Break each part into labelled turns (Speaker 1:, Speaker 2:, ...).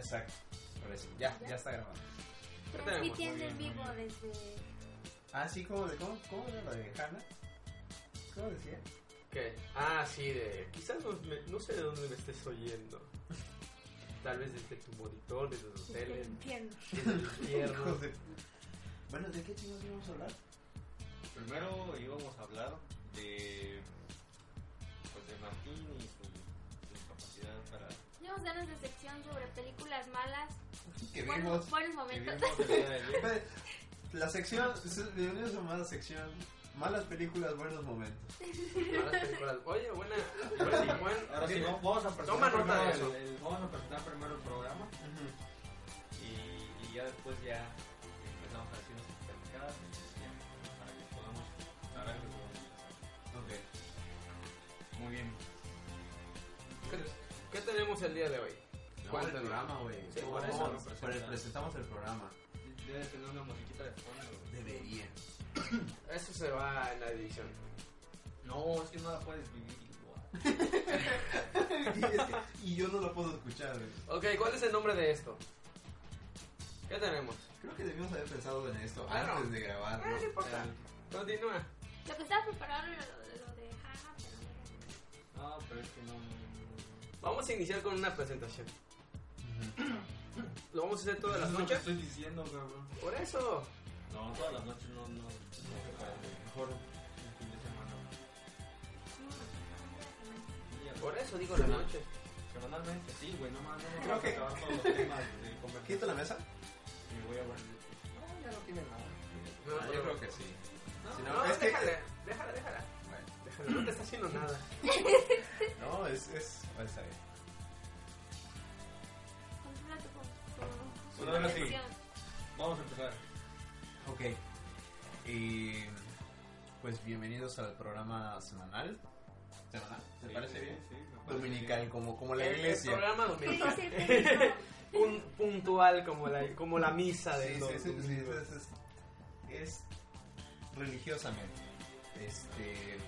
Speaker 1: Exacto. Ya, ya está grabando.
Speaker 2: Transmitiendo en vivo desde.
Speaker 1: Ah, sí, ¿cómo, de- cómo, cómo era la de Hannah? ¿Cómo decía?
Speaker 3: ¿Qué? Ah, sí, de... Quizás no, me- no sé de dónde me estés oyendo. Tal vez desde tu monitor, desde los
Speaker 2: desde
Speaker 3: hoteles,
Speaker 2: el infierno.
Speaker 3: desde el infierno.
Speaker 1: Hijos de- Bueno, ¿de qué chingos íbamos a hablar?
Speaker 4: Primero íbamos a hablar de, pues de Martín y su, su capacidad para...
Speaker 2: Llevamos ganas de sección sobre películas malas.
Speaker 1: Que
Speaker 2: Buenos,
Speaker 1: vimos.
Speaker 2: buenos
Speaker 4: que
Speaker 2: momentos.
Speaker 4: vimos el día de ayer.
Speaker 1: La sección, bienvenidos a mala sección. Malas películas, buenos momentos.
Speaker 3: Malas películas. Oye, buena... buena, buena-
Speaker 4: Ahora sí,
Speaker 3: sí,
Speaker 4: vamos vamos a
Speaker 3: Toma
Speaker 4: presentar,
Speaker 3: nota
Speaker 4: primero,
Speaker 3: de
Speaker 4: el, el- vamos a presentar primero el programa y, y ya después ya empezamos a decir nuestras predicadas para que podamos saber qué podemos hacer.
Speaker 1: Ok.
Speaker 4: Muy bien.
Speaker 3: ¿Qué, qué tenemos el día de hoy?
Speaker 1: ¿Cuál
Speaker 3: ¿Cuál
Speaker 1: el programa, Ah, güey?
Speaker 3: Sí,
Speaker 1: ¿Cómo-
Speaker 3: por eso
Speaker 1: cómo
Speaker 3: lo
Speaker 1: pre-
Speaker 4: presentas.
Speaker 1: presentamos el programa.
Speaker 4: Debe tener una musiquita de fondo. güey.
Speaker 1: Debería.
Speaker 3: Eso se va en la edición.
Speaker 4: No, es que no la puedes vivir igual.
Speaker 1: y yo no lo puedo escuchar, güey.
Speaker 3: Ok, ¿cuál es el nombre de esto? ¿Qué tenemos?
Speaker 1: Creo que debimos haber pensado en esto
Speaker 3: Claro.
Speaker 1: antes de grabar.
Speaker 3: Ah, no
Speaker 1: ¿no?
Speaker 3: importa. Continúa.
Speaker 2: Lo que estaba preparado era lo, de- lo de Hannah, pero.
Speaker 4: No, Ah, pero es que no... no, no,
Speaker 3: Vamos a iniciar con una presentación.
Speaker 1: Ujú.
Speaker 3: ¿Lo vamos a hacer
Speaker 4: no.
Speaker 3: todas las
Speaker 4: Es lo que
Speaker 3: noches?
Speaker 4: estoy diciendo, cabrón.
Speaker 3: Por eso.
Speaker 4: No, todas las noches no, no, no se puede. Mejor un fin de semana.
Speaker 3: Por eso digo las noches.
Speaker 4: Semanalmente, sí, güey, no mames. No
Speaker 1: Creo
Speaker 4: creo
Speaker 1: que-
Speaker 4: que acabar todos los temas de
Speaker 1: ¿Quito
Speaker 4: conversación.
Speaker 1: la mesa?
Speaker 4: Me voy a guardar. No, ya no tiene nada.
Speaker 3: No,
Speaker 1: Ah, yo
Speaker 3: pero-
Speaker 1: creo que sí.
Speaker 3: No,
Speaker 1: Si no,
Speaker 3: no,
Speaker 1: es que-
Speaker 3: déjala, déjala, déjala. Déjala, no te está haciendo nada.
Speaker 1: No, es... es... ahí está bien.
Speaker 2: Controla tu con-
Speaker 4: Bueno, ahora
Speaker 2: con-
Speaker 4: sí.
Speaker 2: sección.
Speaker 4: Vamos a empezar.
Speaker 1: Ok. Y pues bienvenidos al programa semanal. ¿Semanal? ¿Te
Speaker 4: Sí,
Speaker 1: parece
Speaker 4: sí,
Speaker 1: bien?
Speaker 4: sí, me parece
Speaker 1: Dominical, como, como la
Speaker 3: Eh, El- El
Speaker 1: iglesia.
Speaker 3: programa
Speaker 2: Sí,
Speaker 3: dominical.
Speaker 2: sí, sí.
Speaker 3: Un puntual como la, como la misa
Speaker 1: Sí,
Speaker 3: de
Speaker 1: sí, sí, sí, es, es- es religiosamente. Este.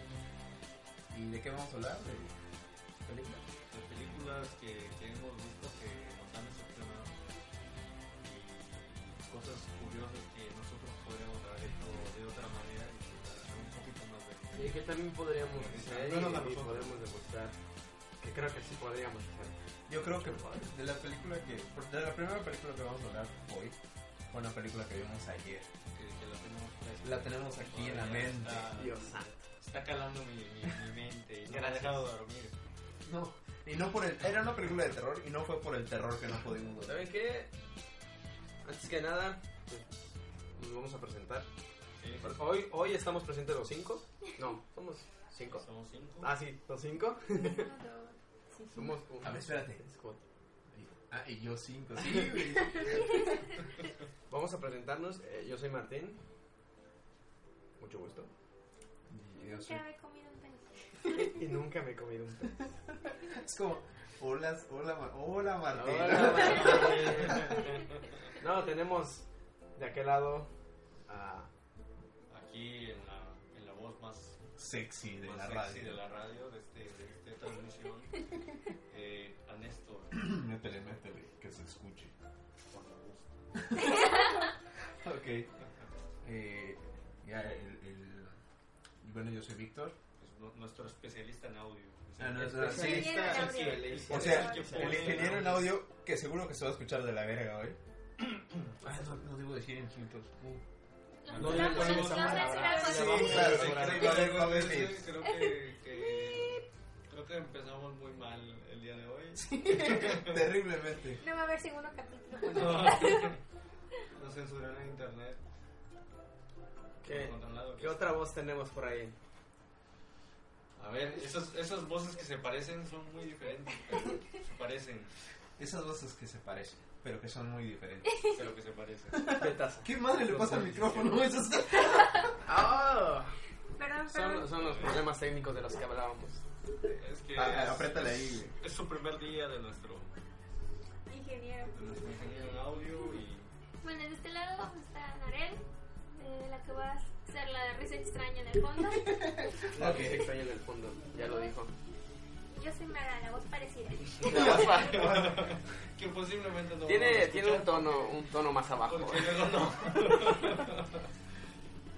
Speaker 1: ¿Y de qué vamos a hablar? ¿De películas?
Speaker 4: Las películas que, que hemos visto que nos han decepcionado y cosas curiosas que nosotros podríamos haber hecho de otra manera y que nos hacen un poquito más de.
Speaker 3: Y que también podríamos hacer
Speaker 1: No, no, no,
Speaker 3: y, y
Speaker 1: no.
Speaker 3: podemos demostrar que creo que sí podríamos hacer.
Speaker 1: Yo creo que de la película que. De la primera película que vamos a hablar hoy fue una película que vimos ayer.
Speaker 4: Que, que la tenemos fresca.
Speaker 1: La tenemos aquí en la
Speaker 4: Todavía
Speaker 1: mente.
Speaker 4: está-
Speaker 3: Dios santo.
Speaker 4: Está calando mi, mi- mi mente y no me ha
Speaker 3: Gracias.
Speaker 4: dejado dormir.
Speaker 1: No, y no por el. Era una película de terror y no fue por el terror que no pudimos ver.
Speaker 3: ¿Saben qué? Antes que nada, nos vamos a presentar.
Speaker 4: Sí,
Speaker 3: Hoy, hoy estamos presentes los cinco. No, somos cinco.
Speaker 4: somos cinco.
Speaker 3: Ah, sí, los cinco.
Speaker 2: Uno, dos, sí, sí.
Speaker 3: Somos uno.
Speaker 1: A ver, espérate.
Speaker 3: tres, cuatro.
Speaker 1: Ah, y yo cinco, sí, güey.
Speaker 3: Vamos a presentarnos. Eh, yo soy Martín. Mucho gusto.
Speaker 1: Y yo soy-
Speaker 2: Nunca había comido un pan.
Speaker 3: Y nunca me he comido un pez.
Speaker 1: Es como. Hola, hola, Ma- hola Martín.
Speaker 3: No, tenemos de aquel lado a
Speaker 4: Aquí en la, en la voz más,
Speaker 1: Sexy de
Speaker 4: más
Speaker 1: la
Speaker 4: sexy
Speaker 1: radio.
Speaker 4: de la radio, de, este, de esta transmisión, eh, a Néstor.
Speaker 1: Métele, métele, que se escuche.
Speaker 4: Por favor.
Speaker 1: Ok. Eh, ya, el, el- Bueno, yo soy Víctor.
Speaker 4: Es nu- nuestro especialista en audio. Este,
Speaker 1: Ah, no, es-
Speaker 4: especialista-
Speaker 2: Ingeniero
Speaker 1: sí.
Speaker 2: en audio.
Speaker 3: Especialista.
Speaker 1: O sea,
Speaker 4: que
Speaker 1: el
Speaker 4: pone-
Speaker 1: ingeniero en audio que seguro que se va a escuchar de la verga hoy. Ah, no, no debo decir insultos. Uh.
Speaker 2: Lo
Speaker 3: le
Speaker 2: juramos,
Speaker 3: ponemos
Speaker 2: no
Speaker 3: a
Speaker 2: sé si era
Speaker 3: palabras.
Speaker 2: cosa-
Speaker 3: Sí,
Speaker 4: Vamos a-
Speaker 1: claro,
Speaker 4: sí,
Speaker 1: claro.
Speaker 4: creo que-
Speaker 1: Va a haber- va a haber
Speaker 4: creo que-
Speaker 1: beef.
Speaker 4: creo que- que- Creo que empezamos muy mal el día de hoy.
Speaker 1: Terriblemente.
Speaker 2: No va a haber segundo capítulo. pues
Speaker 4: No, nos censurarán en internet.
Speaker 3: ¿Qué,
Speaker 4: Por otro lado,
Speaker 3: qué otra voz tenemos por ahí?
Speaker 4: A ver, esas, esas voces que se parecen son muy diferentes, pero se parecen,
Speaker 1: Esas voces que se parecen, pero que son muy diferentes.
Speaker 4: pero que se parecen.
Speaker 3: Petazo.
Speaker 1: ¿Qué madre le pasa al micrófono? Eso está- Oh.
Speaker 3: Ah,
Speaker 2: Perdón,
Speaker 3: son,
Speaker 2: perdón.
Speaker 3: son los problemas técnicos de los que hablábamos.
Speaker 4: Es que
Speaker 1: Ah,
Speaker 4: es-
Speaker 1: apriétale ahí, güey.
Speaker 4: Es su primer día de nuestro,
Speaker 2: Ingeniero.
Speaker 4: de nuestro ingeniero en audio y
Speaker 2: Bueno, de este lado está Narel, eh, la que va a ser la risa extraña en el fondo.
Speaker 3: La
Speaker 1: Ok.
Speaker 3: que se extraña en el fondo, ya lo dijo.
Speaker 2: Yo soy Mara, la voz parecida.
Speaker 4: que posiblemente no van a
Speaker 3: Tiene,
Speaker 4: escuchar,
Speaker 3: tiene un tono, un tono más abajo.
Speaker 4: porque luego no.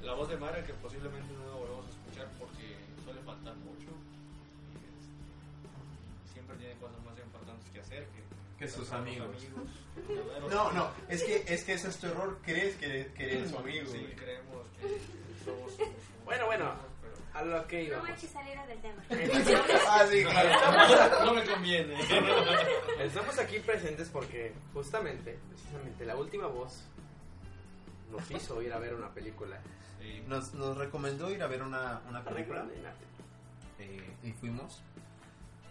Speaker 4: La voz de Mara que posiblemente no la volvamos a escuchar porque suele faltar mucho. y, este, siempre tiene cosas más importantes que hacer que,
Speaker 1: Que sus
Speaker 4: tratar a los
Speaker 1: amigos.
Speaker 4: verdaderos
Speaker 1: No, no, es que, es que ese es tu error. Crees que, que eres su amigo,
Speaker 4: Sí,
Speaker 1: güey.
Speaker 4: creemos que somos. somos-
Speaker 3: Bueno, bueno.
Speaker 4: pero-
Speaker 3: A lo que
Speaker 2: No
Speaker 3: íbamos.
Speaker 2: manches salieron del tema.
Speaker 1: Ah, sí, claro.
Speaker 4: No me conviene.
Speaker 3: Estamos aquí presentes porque justamente, precisamente, la última voz nos hizo ir a ver una película.
Speaker 4: Sí,
Speaker 1: Nos, nos recomendó ir a ver una, una película
Speaker 3: Recomendable.
Speaker 1: eh, y fuimos.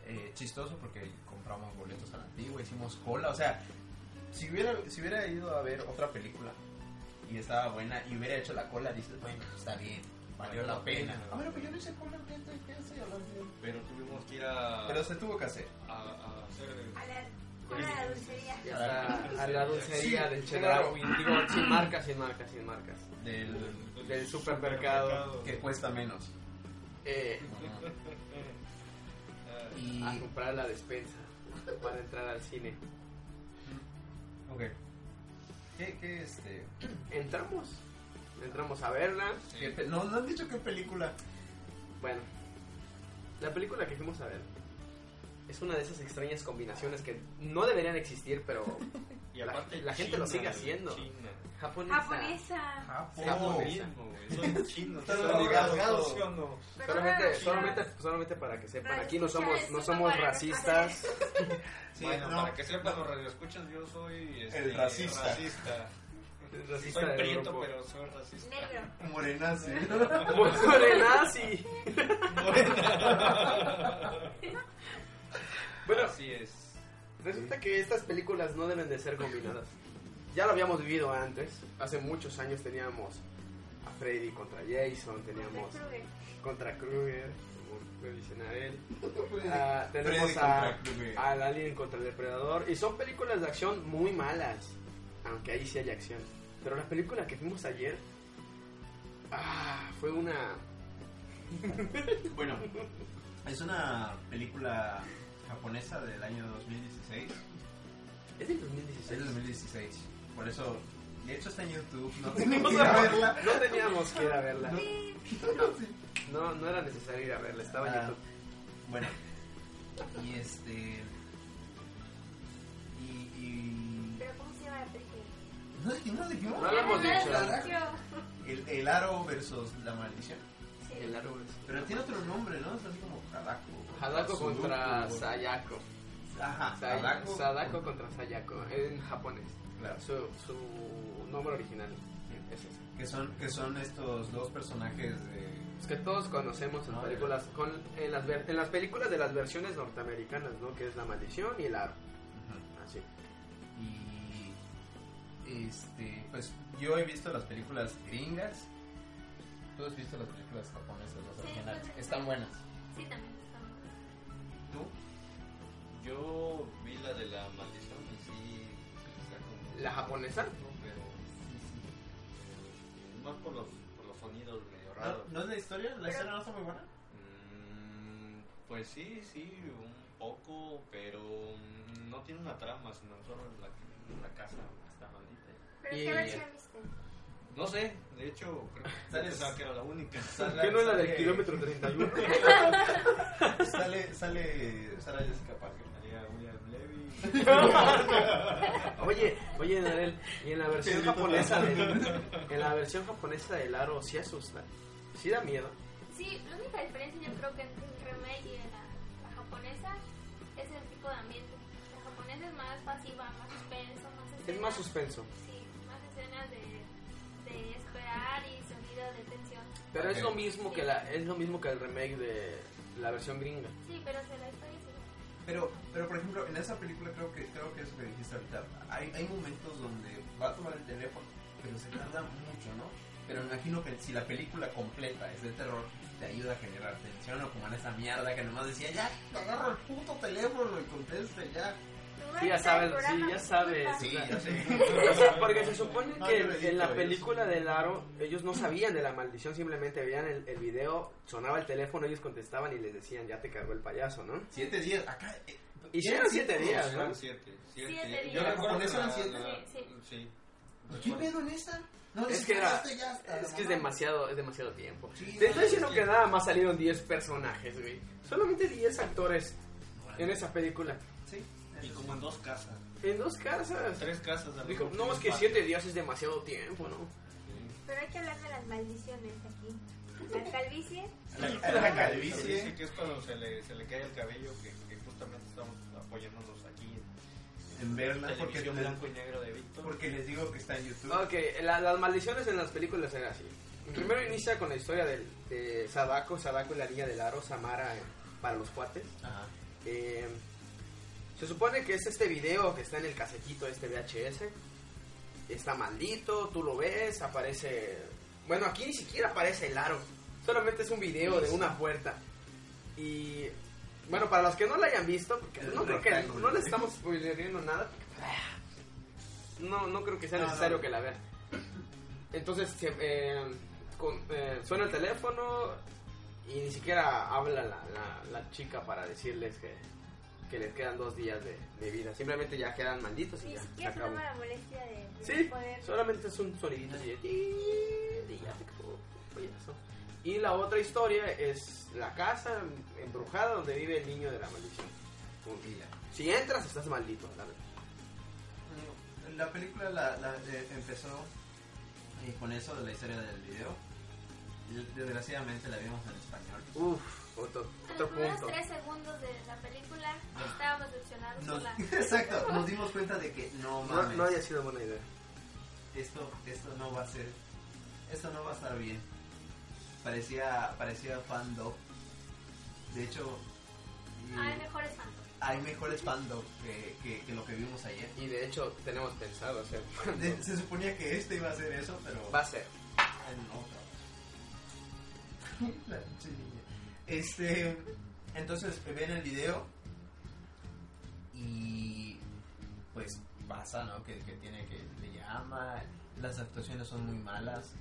Speaker 1: Eh, chistoso porque compramos boletos a la antigua, hicimos cola. O sea, si hubiera, si hubiera ido a ver otra película y estaba buena y hubiera hecho la cola, dices, bueno, pues está bien, valió la pena. Ah, bueno, pero yo no hice cola, ¿qué estoy- qué estoy hablando?
Speaker 4: Pero tuvimos que ir a,
Speaker 1: Pero se tuvo que hacer.
Speaker 4: a, a hacer.
Speaker 2: A la, con la dulcería.
Speaker 3: Ya está a la dulcería
Speaker 1: Sí,
Speaker 3: del
Speaker 1: claro.
Speaker 3: Chedraui. Digo, sin marcas, sin marcas, sin marcas.
Speaker 1: Del
Speaker 3: Del supermercado.
Speaker 1: que cuesta menos.
Speaker 3: Eh,
Speaker 4: Eh,
Speaker 1: Y.
Speaker 3: a comprar la despensa para entrar al cine.
Speaker 1: Ok. ¿Qué, qué este?
Speaker 3: Entramos. Entramos a verla.
Speaker 1: qué pe- no, no han dicho qué película.
Speaker 3: Bueno, la película que fuimos a ver es una de esas extrañas combinaciones que no deberían existir, pero
Speaker 4: y aparte
Speaker 3: La- la gente lo sigue haciendo.
Speaker 4: China.
Speaker 3: japonesa. Ah,
Speaker 2: Japonesa.
Speaker 1: Japón.
Speaker 3: Japón.
Speaker 4: Lo mismo, güey. Son chinos.
Speaker 1: Ah, Están
Speaker 4: son
Speaker 1: drogados
Speaker 4: drogados,
Speaker 1: todos.
Speaker 4: ¿sí o no?
Speaker 3: Solamente,
Speaker 2: Perdón,
Speaker 3: solamente,
Speaker 2: ya.
Speaker 3: solamente para que sepan,
Speaker 2: Para
Speaker 3: aquí no
Speaker 2: escuchar
Speaker 3: somos,
Speaker 2: esto,
Speaker 3: no
Speaker 2: no
Speaker 3: somos
Speaker 2: para
Speaker 3: racistas.
Speaker 1: Sí,
Speaker 4: bueno,
Speaker 1: no.
Speaker 4: para que sepan los radioescuchas, yo soy este,
Speaker 1: El racista.
Speaker 4: racista.
Speaker 3: Racista
Speaker 4: soy
Speaker 3: del
Speaker 4: prieto,
Speaker 3: grupo.
Speaker 4: pero soy racista.
Speaker 2: Negro.
Speaker 3: Ah,
Speaker 1: Morenace.
Speaker 3: Muere nazi. Bueno,
Speaker 4: Así es.
Speaker 3: resulta que estas películas no deben de ser combinadas. Ya lo habíamos vivido antes. Hace muchos años teníamos a Freddy contra Jason, teníamos
Speaker 2: Kruger.
Speaker 3: contra Krueger, como me dicen a él.
Speaker 1: Freddy
Speaker 3: Ah, tenemos a,
Speaker 1: contra Krueger.
Speaker 3: al Alien contra el Depredador. Y son películas de acción muy malas. Aunque ahí sí hay acción. Pero la película que vimos ayer. Ah, fue una.
Speaker 1: Bueno, es una película japonesa del año 2016.
Speaker 3: Es
Speaker 1: Es
Speaker 3: del
Speaker 1: del
Speaker 3: 2016.
Speaker 1: 2016. Por eso, de hecho está en YouTube. No tienen que ir a verla.
Speaker 3: No teníamos que ir a verla.
Speaker 1: No.
Speaker 3: No, no era necesario ir a verla. Estaba en
Speaker 1: Ah,
Speaker 3: YouTube.
Speaker 1: Bueno. Y este. Y. y...
Speaker 2: Pero ¿cómo se llama la película?
Speaker 1: No dijimos, no dijimos.
Speaker 3: No lo hemos
Speaker 2: Ya
Speaker 3: dicho.
Speaker 2: lo dicho.
Speaker 1: El, el aro versus la maldición.
Speaker 2: Sí.
Speaker 3: El árbol.
Speaker 1: Pero tiene otro nombre, ¿no? Es así como Hadako.
Speaker 3: Hadako
Speaker 1: Sudoku,
Speaker 3: contra
Speaker 1: o-
Speaker 3: Sayako.
Speaker 1: Ajá,
Speaker 3: Say-
Speaker 1: Sadako.
Speaker 3: Sadako contra Sayako. En japonés.
Speaker 1: Claro.
Speaker 3: Su, su nombre original es este. ese.
Speaker 1: Que son, que son estos dos personajes de.
Speaker 3: Es que todos conocemos en
Speaker 1: Ah,
Speaker 3: películas con en las, ver- en las películas de las versiones norteamericanas, ¿no? Que es la ah, maldición y el aro. Así.
Speaker 1: Y. Este. Pues yo he visto las películas gringas. Tú has visto las películas japonesas, las
Speaker 2: Sí,
Speaker 1: originales.
Speaker 2: pues,
Speaker 1: Están buenas.
Speaker 2: Sí, también está muy buena.
Speaker 1: ¿Tú?
Speaker 4: Yo vi la de la maldición y sí. o sea, como-
Speaker 3: La japonesa.
Speaker 4: No, pero. pero, Más por los, por los sonidos medio raros.
Speaker 1: ¿No, ¿No es la historia? ¿La historia no está muy buena?
Speaker 4: Mm, Pues sí, sí, un poco, pero mm, no tiene una trama, sino solo la, la casa está maldita.
Speaker 2: ¿Pero
Speaker 3: Y-
Speaker 2: qué versión viste?
Speaker 4: No sé, de hecho, creo que yo
Speaker 1: ¿Sabes?
Speaker 4: pensaba que era la única.
Speaker 3: ¿Qué no es la del kilómetro 31?
Speaker 1: Sale, sale Sara Jessica Parker.
Speaker 4: María William Levy.
Speaker 3: oye, oye, Narel, y en la versión
Speaker 1: Pedrito
Speaker 3: japonesa
Speaker 1: Pascal.
Speaker 3: del, en la versión japonesa del aro sí asusta. Sí da miedo.
Speaker 2: Sí, la única diferencia yo creo que entre el remake y la, la japonesa es el tipo de ambiente. La japonesa es más pasiva, más suspenso, más escenas.
Speaker 3: Es más suspenso.
Speaker 2: Sí, más escenas de, de esperar y sonido de tensión.
Speaker 3: Pero es
Speaker 1: Ok.
Speaker 3: lo mismo que la es lo mismo que el remake de la versión gringa.
Speaker 2: Sí, pero se la estoy diciendo.
Speaker 1: Pero, pero por ejemplo, en esa película creo que creo que eso que dijiste ahorita, hay, hay momentos donde va a tomar el teléfono, pero se tarda mucho, ¿no? Pero me imagino que si la película completa es de terror, te ayuda a generar tensión o como en esa mierda que nomás decía, ya, agarra el puto teléfono y conteste, ya.
Speaker 2: Tú
Speaker 3: Sí,
Speaker 2: ves
Speaker 3: ya
Speaker 2: el
Speaker 3: sabes, sí,
Speaker 2: programa,
Speaker 3: ya sabes.
Speaker 1: Sí,
Speaker 3: Claro.
Speaker 1: ya sé.
Speaker 3: O sea, porque se supone
Speaker 1: No,
Speaker 3: que
Speaker 1: yo lo he
Speaker 3: en la
Speaker 1: visto,
Speaker 3: película del aro ellos no sabían de la maldición, simplemente veían el, el video, sonaba el teléfono, ellos contestaban y les decían, ya te cargó el payaso, ¿no?
Speaker 1: Siete días, acá. eh,
Speaker 3: Y sí
Speaker 1: eran
Speaker 3: eran siete días,
Speaker 1: ¿no?
Speaker 3: ¿no?
Speaker 4: Eran siete.
Speaker 2: Ah, Siete
Speaker 4: Yo
Speaker 2: días.
Speaker 4: recuerdo
Speaker 1: ¿Japonés
Speaker 4: que la-
Speaker 1: eran siete?
Speaker 4: la-
Speaker 2: Sí,
Speaker 4: sí.
Speaker 1: ¿Y ¿Qué pedo en esa? No,
Speaker 3: Es
Speaker 1: si
Speaker 3: que era,
Speaker 1: tardaste, ya hasta
Speaker 3: es
Speaker 1: la
Speaker 3: que es
Speaker 1: mamá.
Speaker 3: demasiado, es demasiado tiempo.
Speaker 1: Sí,
Speaker 3: Te
Speaker 1: no,
Speaker 3: estoy diciendo
Speaker 1: es que-
Speaker 3: que nada más salieron 10 personajes, güey. Solamente 10 actores en esa película.
Speaker 1: Sí,
Speaker 4: Y
Speaker 1: eso
Speaker 4: como en dos casas.
Speaker 3: En dos casas.
Speaker 4: Tres casas. al
Speaker 3: Dijo,
Speaker 4: mismo
Speaker 3: no,
Speaker 4: tiempo.
Speaker 3: es que 7 días es demasiado tiempo, ¿no?
Speaker 2: Pero hay que hablar de las maldiciones aquí. La calvicie,
Speaker 1: sí. La, la calvicie.
Speaker 4: Dice que es cuando se le, se le cae el cabello, que, que justamente estamos apoyándonos aquí en,
Speaker 1: En verla,
Speaker 4: la
Speaker 1: porque,
Speaker 4: televisión blanco y negro de Víctor.
Speaker 1: porque les digo que está en YouTube.
Speaker 3: Ok, la- las maldiciones en las películas eran así. Primero inicia con la historia del, de Sadako, Sadako y la niña del aro, Samara eh, para los cuates.
Speaker 1: Ajá.
Speaker 3: Eh, se supone que es este video que está en el casetito, este VHS. Está maldito, tú lo ves, aparece... Bueno, aquí ni siquiera aparece el aro. Solamente es un video de una puerta. Y... Bueno, para los que no la hayan visto, porque
Speaker 1: Es
Speaker 3: no
Speaker 1: un
Speaker 3: creo que
Speaker 1: rectángulo. ¿eh?
Speaker 3: no le estamos spoileando nada. porque, No, no creo que sea
Speaker 1: No, no.
Speaker 3: necesario que la vean. Entonces se- eh, con- eh, suena el teléfono y ni siquiera habla la, la- la chica para decirles que, que les quedan dos días de, de vida. Simplemente ya quedan malditos y
Speaker 2: ni
Speaker 3: ya se
Speaker 2: siquiera se
Speaker 3: acabó.
Speaker 2: toma la molestia de, de
Speaker 3: Sí,
Speaker 2: poder.
Speaker 3: solamente es un sonidito así de ti, y ya se acabó, payaso. Y la otra historia es la casa embrujada donde vive el niño de la maldición. Como que ya, Si entras, estás maldito. la verdad.
Speaker 1: Mm, La película la, la- eh, empezó eh, con eso de la historia del video. Y Desgraciadamente la vimos en español.
Speaker 3: Uf, otro,
Speaker 2: En
Speaker 3: otro
Speaker 2: los primeros
Speaker 3: punto.
Speaker 2: tres segundos de la película estábamos decepcionados por la...
Speaker 1: Nos- exacto, nos dimos cuenta de que no
Speaker 3: No,
Speaker 1: mames,
Speaker 3: no haya sido buena idea.
Speaker 1: esto, esto no va a ser, esto no va a estar bien. Parecía, parecía fandom. De hecho, y-
Speaker 2: Hay mejores fantos.
Speaker 1: hay mejores fandom que, que- que lo que vimos ayer.
Speaker 3: Y de hecho, tenemos pensado hacer.
Speaker 1: De- se suponía que este iba a ser eso, pero
Speaker 3: Va a ser.
Speaker 1: en otra. La pinche niña. Este, entonces ven el video y pues pasa, ¿no? Que, que tiene que le llama, las actuaciones son muy malas,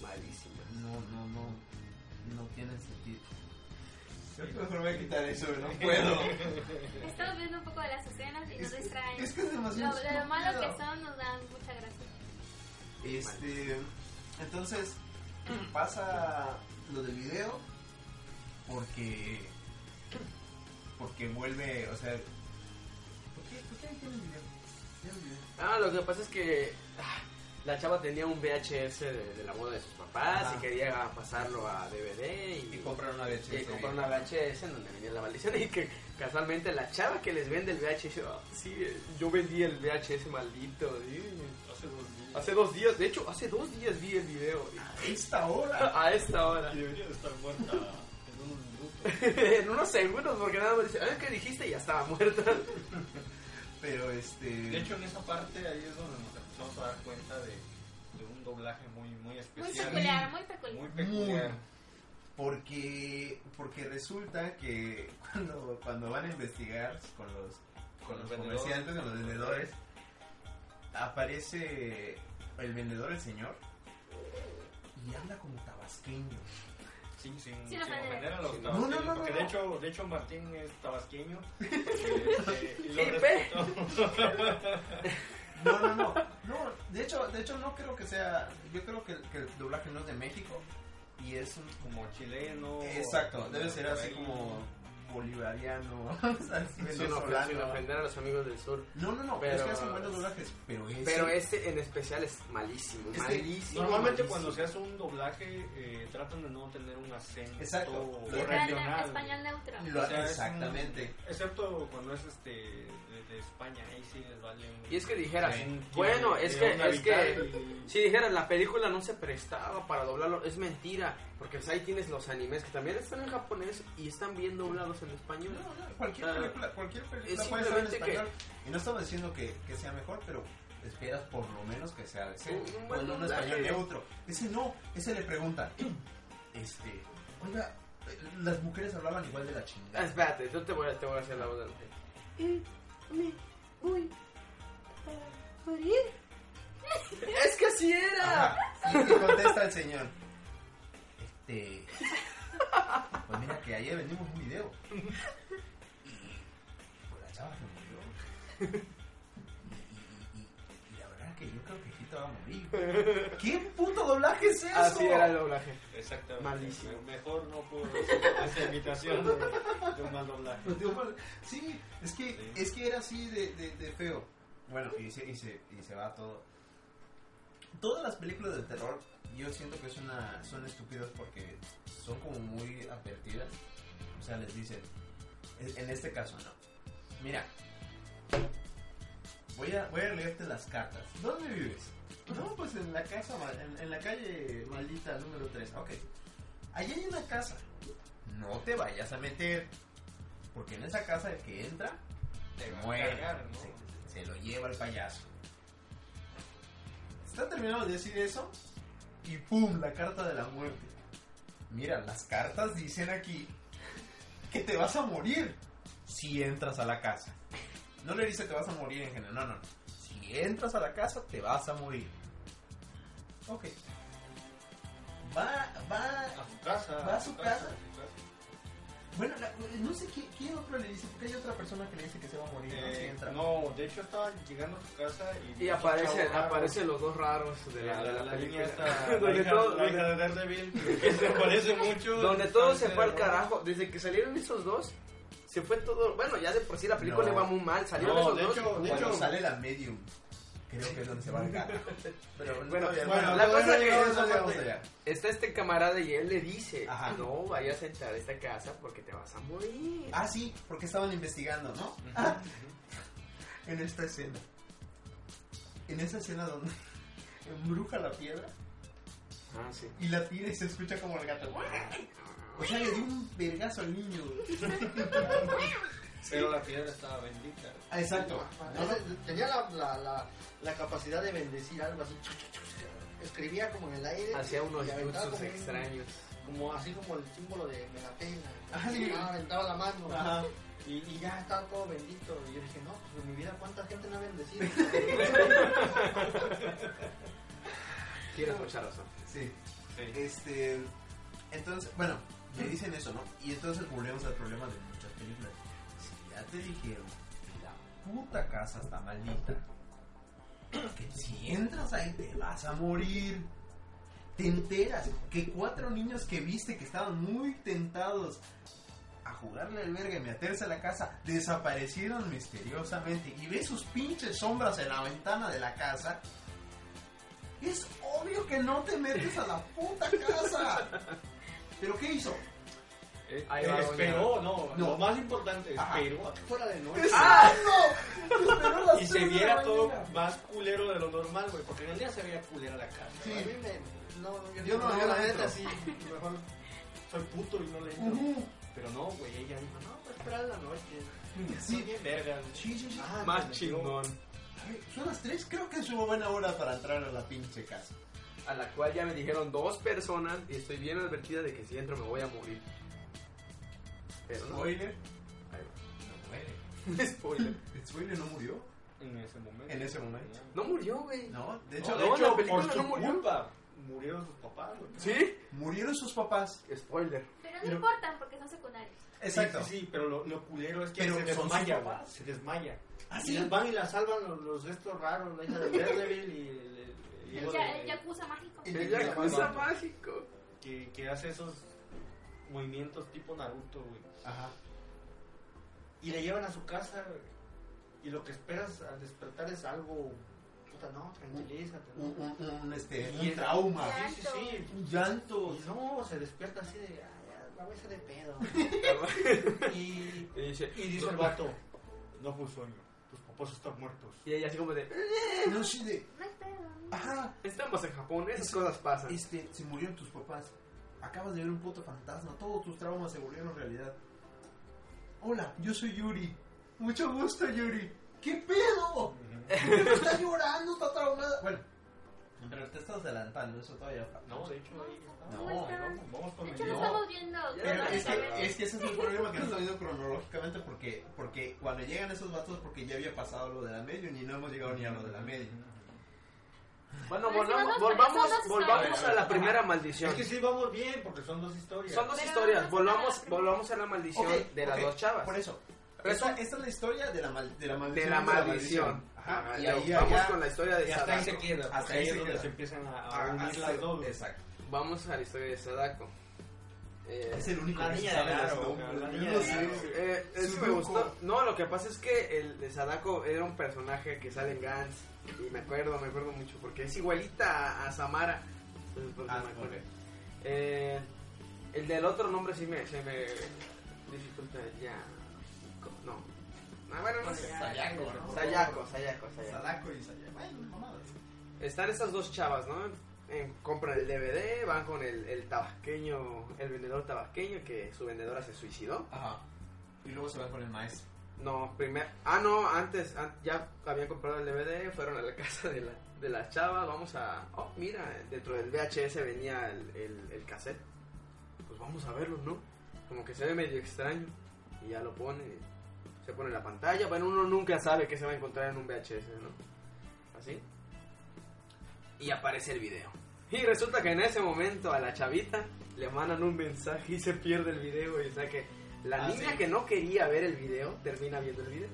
Speaker 3: Malísima.
Speaker 1: no, no, no, no tienen sentido. Creo que mejor voy a quitar eso, no
Speaker 2: Estamos viendo un poco de las escenas y nos
Speaker 1: que-
Speaker 2: distraen.
Speaker 1: es que es
Speaker 2: Lo,
Speaker 1: demasiado.
Speaker 2: de lo malo que
Speaker 1: estúpido.
Speaker 2: son nos dan mucha gracia.
Speaker 1: Este, entonces pasa lo del video porque porque vuelve, o sea, ¿por qué, por qué ahí tiene el video? Tiene el video.
Speaker 3: Ah, lo que pasa es que ah, la chava tenía un VHS de, de la boda de sus papás
Speaker 1: Ajá.
Speaker 3: y quería pasarlo a DVD y,
Speaker 1: Y compran Eh, una VHS.
Speaker 3: y comprar una VHS en donde venía la maldición y que casualmente la chava que les vende el VHS, ah, sí, eh, yo vendí el VHS maldito. sí.
Speaker 4: Hace dos
Speaker 1: Ah.
Speaker 4: días.
Speaker 3: Hace dos días, de hecho, hace dos días vi el video y-
Speaker 1: A esta hora.
Speaker 3: a esta hora.
Speaker 4: Y debería de estar muerta en unos minutos.
Speaker 3: en unos segundos porque nada más dice, ah, ¿qué dijiste? Y ya estaba muerta.
Speaker 1: Pero este.
Speaker 4: De hecho, en esa parte ahí es donde nos empezamos a dar cuenta de, de un doblaje muy, muy
Speaker 2: Muy
Speaker 4: especial.
Speaker 2: peculiar, muy
Speaker 4: Muy
Speaker 2: peculiar.
Speaker 4: peculiar.
Speaker 1: porque porque resulta que cuando cuando van a investigar con los con los
Speaker 4: Vendedores.
Speaker 1: comerciantes, con los vendedores, aparece el vendedor, el señor, y habla como tabasqueño.
Speaker 4: Sin, sin,
Speaker 2: Sin ofender.
Speaker 4: ofender a los
Speaker 3: Sí, no.
Speaker 4: tabasqueños.
Speaker 1: No, no, no,
Speaker 4: porque
Speaker 1: no,
Speaker 4: de
Speaker 1: no.
Speaker 4: hecho, de hecho Martín es tabasqueño. eh, y lo
Speaker 3: Y ve.
Speaker 4: respeto.
Speaker 1: No, no, no. No, de hecho, de hecho no creo que sea. Yo creo que, que el doblaje no es de México. Y es un.
Speaker 4: Como chileno.
Speaker 1: Exacto, debe ser así
Speaker 4: por ahí.
Speaker 1: como bolivariano, vamos a decir
Speaker 3: Sin ofender, sin
Speaker 1: venezolano.
Speaker 3: ofender a los amigos del sur.
Speaker 1: No, no, no,
Speaker 3: Pero-
Speaker 1: es que hacen buenos doblajes, pero ese...
Speaker 3: Pero este en especial es malísimo.
Speaker 1: Es que
Speaker 3: malísimo.
Speaker 4: Normalmente
Speaker 3: malísimo.
Speaker 4: cuando se hace un doblaje eh, tratan de no tener un acento
Speaker 1: Exacto.
Speaker 4: o
Speaker 1: Lo
Speaker 2: Siempre hablan
Speaker 4: regional.
Speaker 2: español neutro.
Speaker 1: Lo-
Speaker 4: O sea, es un-
Speaker 1: exactamente.
Speaker 4: excepto cuando es este de, de España, ahí sí les vale un...
Speaker 3: Y es que dijeras,
Speaker 4: un-
Speaker 3: bueno,
Speaker 4: de
Speaker 3: es que,
Speaker 4: un
Speaker 3: es que,
Speaker 4: habitante.
Speaker 3: si dijeras, la película no se prestaba para doblarlo, es mentira, porque pues, ahí tienes los animes que también están en japonés y están bien doblados en
Speaker 1: No,
Speaker 3: español.
Speaker 1: no, cualquier
Speaker 3: Ah.
Speaker 1: película, cualquier película
Speaker 3: Es
Speaker 1: puede estar en
Speaker 3: simplemente que-
Speaker 1: español. Y no estamos diciendo que, que sea mejor, pero esperas por lo menos que sea decente.
Speaker 3: Un- un buen
Speaker 1: Cuando un
Speaker 3: doblaje.
Speaker 1: español neutro. Ese no, ese le pregunta, este, oiga, eh, las mujeres hablaban igual de la
Speaker 3: Ah,
Speaker 1: chingada.
Speaker 3: espérate, yo te voy, a, te voy a hacer la voz de la mujer. Es que así era.
Speaker 1: Ajá. Y, y contesta el señor. Este. Pues mira que ayer vendimos un video. Y pues la chava se murió. Y, y- y- y la verdad que yo creo que sí te va a morir. ¿Qué puto doblaje es eso?
Speaker 3: Así era el doblaje.
Speaker 4: Exactamente.
Speaker 3: Malísimo.
Speaker 4: Me- Mejor no puedo hacer esa imitación de, de un mal doblaje.
Speaker 1: Pues, digo, pues, Sí, es que, es que era así de, de- de feo. Bueno, y se, y, se, y se va todo. Todas las películas de terror, yo siento que es una, son estúpidas porque son como muy advertidas. O sea, les dicen, en en este caso no. Mira, voy a, voy a leerte las cartas. ¿Dónde vives? No, pues en la casa, ma- en, en la calle maldita número 3. Ok. Allí hay una casa. No te vayas a meter. Porque en esa casa el que entra
Speaker 4: Te
Speaker 1: se
Speaker 4: va a
Speaker 1: muere.
Speaker 4: cargar, ¿no?
Speaker 1: Se, se lo lleva el payaso. Está terminado de decir eso y ¡pum! La carta de la muerte. Mira, las cartas dicen aquí que te vas a morir si entras a la casa. No le dice te vas a morir en general, no, no. Si entras a la casa te vas a morir. Ok. Va, va,
Speaker 4: A su casa.
Speaker 1: Va a su casa.
Speaker 4: a su casa.
Speaker 1: bueno, la- no sé qué, qué otro le dice, porque hay otra persona que le dice que se va a morir, ¿no? Si
Speaker 4: Eh,
Speaker 1: entra.
Speaker 4: no, de hecho estaba llegando a su casa y...
Speaker 3: Y aparecen,
Speaker 4: chavo raro.
Speaker 3: aparecen los dos raros de la,
Speaker 4: la,
Speaker 3: de la
Speaker 4: línea
Speaker 3: película.
Speaker 4: esta, la
Speaker 3: donde
Speaker 4: hija-
Speaker 3: todo-
Speaker 4: la
Speaker 3: donde-
Speaker 4: hija de Daredevil, que se parece mucho.
Speaker 3: Donde todo se
Speaker 4: Entonces,
Speaker 3: fue al
Speaker 4: no.
Speaker 3: carajo. Desde que salieron esos dos, se fue todo. Bueno, ya de por sí la película
Speaker 1: No.
Speaker 3: iba muy mal. Salieron
Speaker 4: No,
Speaker 3: esos
Speaker 4: de
Speaker 3: dos.
Speaker 4: hecho- de
Speaker 1: Cuando
Speaker 4: hecho-
Speaker 1: sale la medium, creo que es donde se va el gato. Pero no
Speaker 3: Bueno,
Speaker 1: todavía-
Speaker 3: bueno,
Speaker 1: no,
Speaker 3: la
Speaker 1: todavía
Speaker 3: cosa
Speaker 1: no
Speaker 3: que-
Speaker 1: llegamos a
Speaker 3: esa
Speaker 1: esa
Speaker 3: parte.
Speaker 1: parte.
Speaker 3: Está este camarada y él le dice:
Speaker 1: Ajá.
Speaker 3: No vayas a entrar a esta casa porque te vas a morir.
Speaker 1: Ah, sí, porque estaban investigando, ¿no? Ah, en esta escena. En esa escena donde embruja la piedra
Speaker 3: Ah, sí.
Speaker 1: y la tira y se escucha como el gato. O sea, le dio un vergazo al niño.
Speaker 4: Pero la piedra estaba bendita.
Speaker 1: Ah, Exacto. No, no,
Speaker 5: Tenía la, la, la, la capacidad de bendecir algo así. Escribía como en el aire.
Speaker 3: Hacía unos
Speaker 5: y aventaba
Speaker 3: jutsus
Speaker 5: como un-
Speaker 3: extraños.
Speaker 5: Como así como el símbolo de me la pela.
Speaker 1: Ah, sí.
Speaker 5: Ah, aventaba la mano.
Speaker 1: Ajá.
Speaker 5: Y, y ya estaba todo bendito. Y yo dije, no, pues en mi vida, ¿cuánta gente no ha bendecido?
Speaker 3: Tienes mucha razón.
Speaker 1: Sí.
Speaker 4: Sí.
Speaker 1: Este, entonces, bueno, me dicen eso, ¿no? Y entonces volvemos al problema de muchas películas. Si ya te dijeron que la puta casa está maldita, que si entras ahí te vas a morir, te enteras que cuatro niños que viste que estaban muy tentados a jugarle al verga y meterse a la casa desaparecieron misteriosamente y ves sus pinches sombras en la ventana de la casa. Es obvio que no te metes a la puta casa. ¿Pero qué hizo?
Speaker 4: Eh,
Speaker 3: Ahí va,
Speaker 4: esperó, no,
Speaker 1: No.
Speaker 4: Lo más importante,
Speaker 1: Ajá.
Speaker 4: esperó a que fuera de noche.
Speaker 1: Esperó las
Speaker 4: y
Speaker 1: tres
Speaker 4: se
Speaker 1: de la
Speaker 4: viera todo
Speaker 1: mañana.
Speaker 4: más culero de lo normal, güey. Porque en el día se veía culera la casa.
Speaker 5: A mí me... No,
Speaker 1: Yo no, yo
Speaker 5: la
Speaker 1: no entro.
Speaker 5: neta sí. Mejor
Speaker 4: Soy puto y no le entro.
Speaker 1: Ujú.
Speaker 4: Pero no, güey, ella dijo, no, pues espera la noche.
Speaker 1: Sí.
Speaker 4: Sí, bien verga.
Speaker 1: Sí, sí, sí.
Speaker 5: Ah,
Speaker 3: Más
Speaker 5: me metió.
Speaker 3: chingón.
Speaker 1: A ver, Son las tres, creo que es una buena hora para entrar a la pinche casa.
Speaker 3: A la cual ya me dijeron dos personas y estoy bien advertida de que si entro me voy a morir. Pero no.
Speaker 1: Spoiler.
Speaker 3: Ahí
Speaker 1: No muere.
Speaker 3: va. Spoiler.
Speaker 1: Spoiler no murió
Speaker 4: En ese momento. Ah.
Speaker 1: en ese momento. Pues,
Speaker 3: No murió, güey.
Speaker 1: No, de
Speaker 4: No,
Speaker 1: hecho,
Speaker 4: de
Speaker 3: No,
Speaker 4: hecho,
Speaker 3: la película
Speaker 4: por
Speaker 3: no
Speaker 4: su
Speaker 3: murió.
Speaker 4: culpa, murieron sus papás, güey.
Speaker 3: ¿Sí?
Speaker 1: murieron sus papás.
Speaker 3: Spoiler.
Speaker 2: Pero no
Speaker 4: Pero-
Speaker 2: importan porque son secundarios.
Speaker 1: Exacto.
Speaker 4: Sí, sí, pero lo, lo culero es que
Speaker 1: Pero
Speaker 4: se
Speaker 1: son sus
Speaker 4: desmaya,
Speaker 1: papás.
Speaker 4: güey, Se desmaya.
Speaker 1: Ah,
Speaker 5: Y
Speaker 1: sí.
Speaker 5: las van y la salvan los, los estos raros, la hija de Daredevil y el, el- el hijo
Speaker 2: Ya, el
Speaker 5: de-
Speaker 2: Yakuza mágico.
Speaker 1: Y-
Speaker 3: El
Speaker 1: la
Speaker 3: Yakuza
Speaker 4: mano.
Speaker 3: mágico.
Speaker 4: Que, que hace esos movimientos tipo Naruto, güey.
Speaker 1: Ajá.
Speaker 5: Y le llevan a su casa güey. y lo que esperas al despertar es algo. Puta, no, tranquilízate. ¿no?
Speaker 1: Un, un- un, este,
Speaker 5: Y
Speaker 1: un
Speaker 5: el-
Speaker 1: trauma.
Speaker 5: Sí, sí, sí.
Speaker 1: Un llanto.
Speaker 5: Y no, se despierta así de. "Ay, ya, La voy a hacer de pedo. y,
Speaker 3: Y dice,
Speaker 5: y dice el vato: No fue un sueño, tus papás están muertos.
Speaker 3: Y ella así como de, "Eh,
Speaker 1: No, sí, de.
Speaker 2: No es pedo.
Speaker 1: Ajá.
Speaker 3: estamos en Japón, esas cosas pasan.
Speaker 1: Este, se murieron tus papás. Acabas de ver un puto fantasma. Todos tus traumas se volvieron realidad. Hola, yo soy Yuri. Mucho gusto, Yuri. ¿Qué pedo? Pero está llorando, está traumada. Bueno, pero te estás adelantando, eso todavía falta.
Speaker 4: No, de hecho,
Speaker 2: No,
Speaker 4: ahí
Speaker 2: está-
Speaker 4: está.
Speaker 2: no,
Speaker 1: No,
Speaker 2: está-
Speaker 4: Vamos con
Speaker 2: De
Speaker 4: el
Speaker 2: hecho, lo
Speaker 1: no.
Speaker 2: estamos viendo.
Speaker 1: Pero es que,
Speaker 2: cronológicamente.
Speaker 1: es que ese es el problema que no está viendo cronológicamente porque, porque cuando llegan esos vatos porque ya había pasado lo de la medium y no hemos llegado ni a lo de la medium.
Speaker 3: Bueno,
Speaker 2: Pero si
Speaker 3: volvamos,
Speaker 2: vamos-
Speaker 3: volvamos,
Speaker 2: son dos
Speaker 3: volvamos
Speaker 2: historias.
Speaker 3: a la primera maldición.
Speaker 5: Es que sí, vamos bien, porque son dos historias.
Speaker 3: Son dos
Speaker 2: Pero
Speaker 3: historias,
Speaker 2: vamos a la
Speaker 3: volvamos,
Speaker 2: primera.
Speaker 3: volvamos a la maldición
Speaker 1: Ok,
Speaker 3: de las
Speaker 1: ok,
Speaker 3: dos chavas.
Speaker 1: Por eso.
Speaker 3: Pero
Speaker 1: esta,
Speaker 3: eso-
Speaker 1: esta es la historia de la, mal- de la maldición.
Speaker 3: de la maldición.
Speaker 1: Ajá.
Speaker 3: Ajá,
Speaker 1: Y
Speaker 3: ya,
Speaker 1: ahí,
Speaker 3: vamos
Speaker 1: allá-
Speaker 3: con la historia de
Speaker 5: Y hasta ahí se
Speaker 3: Sadako.
Speaker 5: queda.
Speaker 1: Hasta
Speaker 5: Hasta
Speaker 1: ahí
Speaker 5: ahí es
Speaker 1: se
Speaker 5: donde
Speaker 1: queda.
Speaker 5: se empiezan a, a
Speaker 1: Ah,
Speaker 5: unir
Speaker 1: hasta-
Speaker 5: las dos. güey.
Speaker 1: Exacto.
Speaker 3: Vamos a la historia de Sadako. Eh,
Speaker 1: Es el único
Speaker 5: La
Speaker 1: que
Speaker 5: niña
Speaker 1: sabe
Speaker 5: del
Speaker 1: los
Speaker 5: aro,
Speaker 1: nombres.
Speaker 5: la
Speaker 1: Yo
Speaker 5: niña
Speaker 1: no
Speaker 5: del
Speaker 1: sé.
Speaker 5: aro.
Speaker 3: Eh, eso me
Speaker 1: Sudoku.
Speaker 3: gustó. No, lo que pasa es que el de Sadako era un personaje que sale en Gantz. Y me acuerdo, me acuerdo mucho. Porque es igualita a, a Samara. Entonces, por eso
Speaker 1: Ah,
Speaker 3: me acuerdo.
Speaker 1: ok.
Speaker 3: Eh, el del otro nombre sí me, se me dificulta. Ya. No. Ah, bueno, no sé.
Speaker 1: Sayako, ¿no?
Speaker 3: Sayako, Sayako, Sayako.
Speaker 1: Sadako y Sayako. Bueno, mamadas.
Speaker 3: Están estas dos chavas, ¿no? En- compran el DVD, van con el, el tabasqueño, el vendedor tabasqueño que su vendedora se suicidó.
Speaker 1: Ajá. Y luego se van con el maestro.
Speaker 3: No, primer. Ah, no, antes. an- ya habían comprado el DVD, fueron a la casa de la, de la chava. Vamos a. Oh, mira, dentro del VHS venía el, el, el cassette. Pues vamos a verlo, ¿no? Como que se ve medio extraño. Y ya lo pone. Se pone la pantalla. Bueno, uno nunca sabe qué se va a encontrar en un VHS, ¿no? Así. Y aparece el video. Y resulta que en ese momento a la chavita le mandan un mensaje y se pierde el video. Y o sea que la
Speaker 1: Ah,
Speaker 3: niña
Speaker 1: sí.
Speaker 3: que no quería ver el video termina viendo el video.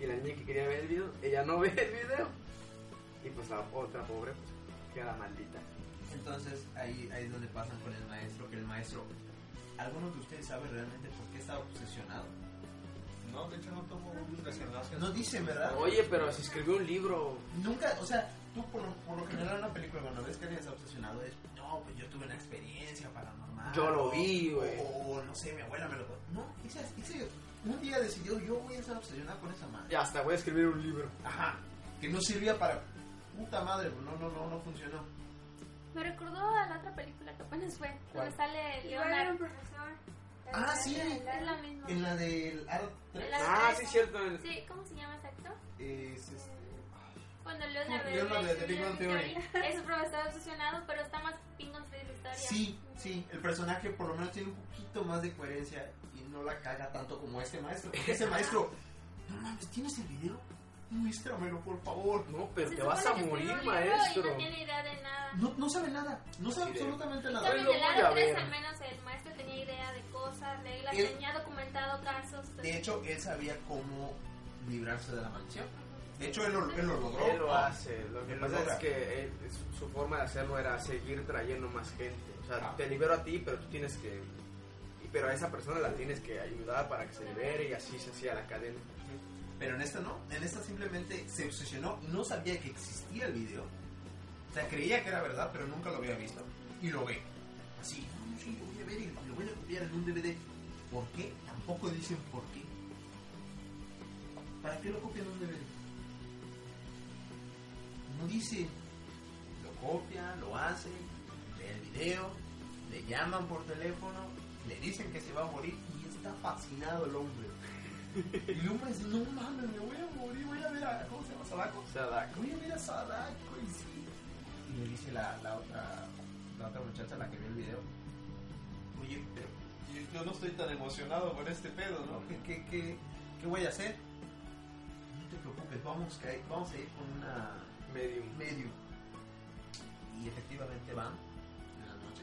Speaker 3: Y la niña que quería ver el video, ella no ve el video. Y pues la otra pobre pues, queda maldita.
Speaker 1: Entonces ahí, ahí es donde pasan con el maestro, que el maestro, ¿alguno de ustedes sabe realmente por qué estaba obsesionado?
Speaker 4: No, de hecho, no tomo un desenlace.
Speaker 1: No dicen, ¿verdad?
Speaker 3: Oye, pero si escribió un libro.
Speaker 1: Nunca, o sea, tú por lo, por lo general en una película cuando ves que alguien está obsesionado es, no, pues yo tuve una experiencia paranormal.
Speaker 3: Yo lo
Speaker 1: o-
Speaker 3: vi, güey.
Speaker 1: O, o no sé, mi abuela me lo contó. No, esa, ese- un día decidió, yo voy a estar obsesionado con esa madre.
Speaker 3: Ya hasta voy a escribir un libro.
Speaker 1: Ajá, que no servía para... Puta madre, pues no, no, no, no funcionó.
Speaker 2: Me recordó a la otra película que apenas fue.
Speaker 1: ¿Cuál?
Speaker 2: Donde sale
Speaker 6: Igual era un
Speaker 2: Leonardo.
Speaker 6: profesor.
Speaker 1: Ah, sí.
Speaker 2: Es la misma.
Speaker 1: En la del Art
Speaker 2: En
Speaker 1: 3
Speaker 2: la-
Speaker 3: Ah, sí, cierto. el-
Speaker 2: Sí, ¿cómo se llama ese actor?
Speaker 1: es... este, es-
Speaker 2: Cuando Leonardo
Speaker 1: Leonardo de Big Bang Theory.
Speaker 2: es un profesor obsesionado, pero está más pingón de la historia.
Speaker 1: Sí, sí, el personaje por lo menos tiene un poquito más de coherencia y no la caga tanto como este maestro. Porque ese maestro, no mames, ¿tienes el video? Muéstramelo, por favor.
Speaker 3: No, pero
Speaker 2: Se
Speaker 3: te vas a
Speaker 2: supone que
Speaker 3: morir,
Speaker 2: escribió un libro Y
Speaker 3: maestro.
Speaker 2: no tiene idea de nada.
Speaker 1: No, no sabe nada, no sabe
Speaker 3: Sí, de-
Speaker 1: absolutamente
Speaker 2: En
Speaker 1: nada.
Speaker 2: cambio,
Speaker 3: Yo
Speaker 2: en el
Speaker 3: lo voy
Speaker 2: área
Speaker 3: a
Speaker 2: 3
Speaker 3: ver.
Speaker 2: al menos el maestro tenía idea de cosas, reglas,
Speaker 1: Él-
Speaker 2: tenía documentado casos.
Speaker 1: De hecho, él sabía cómo librarse de la mansión. De hecho, él lo, él lo logró.
Speaker 3: Él lo hace. Lo que
Speaker 1: Él lo
Speaker 3: pasa
Speaker 1: logra.
Speaker 3: es que él- su- su forma de hacerlo era seguir trayendo más gente. O sea,
Speaker 1: Ah.
Speaker 3: te libero a ti, pero tú tienes que. y- Pero a esa persona la tienes que ayudar para que se libere y así se hacía la cadena.
Speaker 1: Pero en esta no, en esta simplemente se obsesionó, no sabía que existía el video. O sea, creía que era verdad, pero nunca lo había visto. Y lo ve. Así, no, no, sí, lo voy a ver y lo voy a copiar en un DVD. ¿Por qué? Tampoco dicen por qué. ¿Para qué lo copian en un DVD? No dice. Lo copia, lo hace, ve el video, le llaman por teléfono, le dicen que se va a morir y está fascinado el hombre. Y el hombre dice, no mames, me voy a morir, voy a ver a... ¿Cómo se llama? ¿Sadako?
Speaker 3: O sea, da-
Speaker 1: Voy a ver a Sadako y sí. Y le dice la, la otra la otra muchacha, la que vio el video. Oye, pero yo- yo no estoy tan emocionado con este pedo, ¿no? ¿Qué, qué, qué, qué voy a hacer? No te preocupes, vamos, a ir- vamos a ir con una
Speaker 3: medium.
Speaker 1: medio. Y efectivamente van en la noche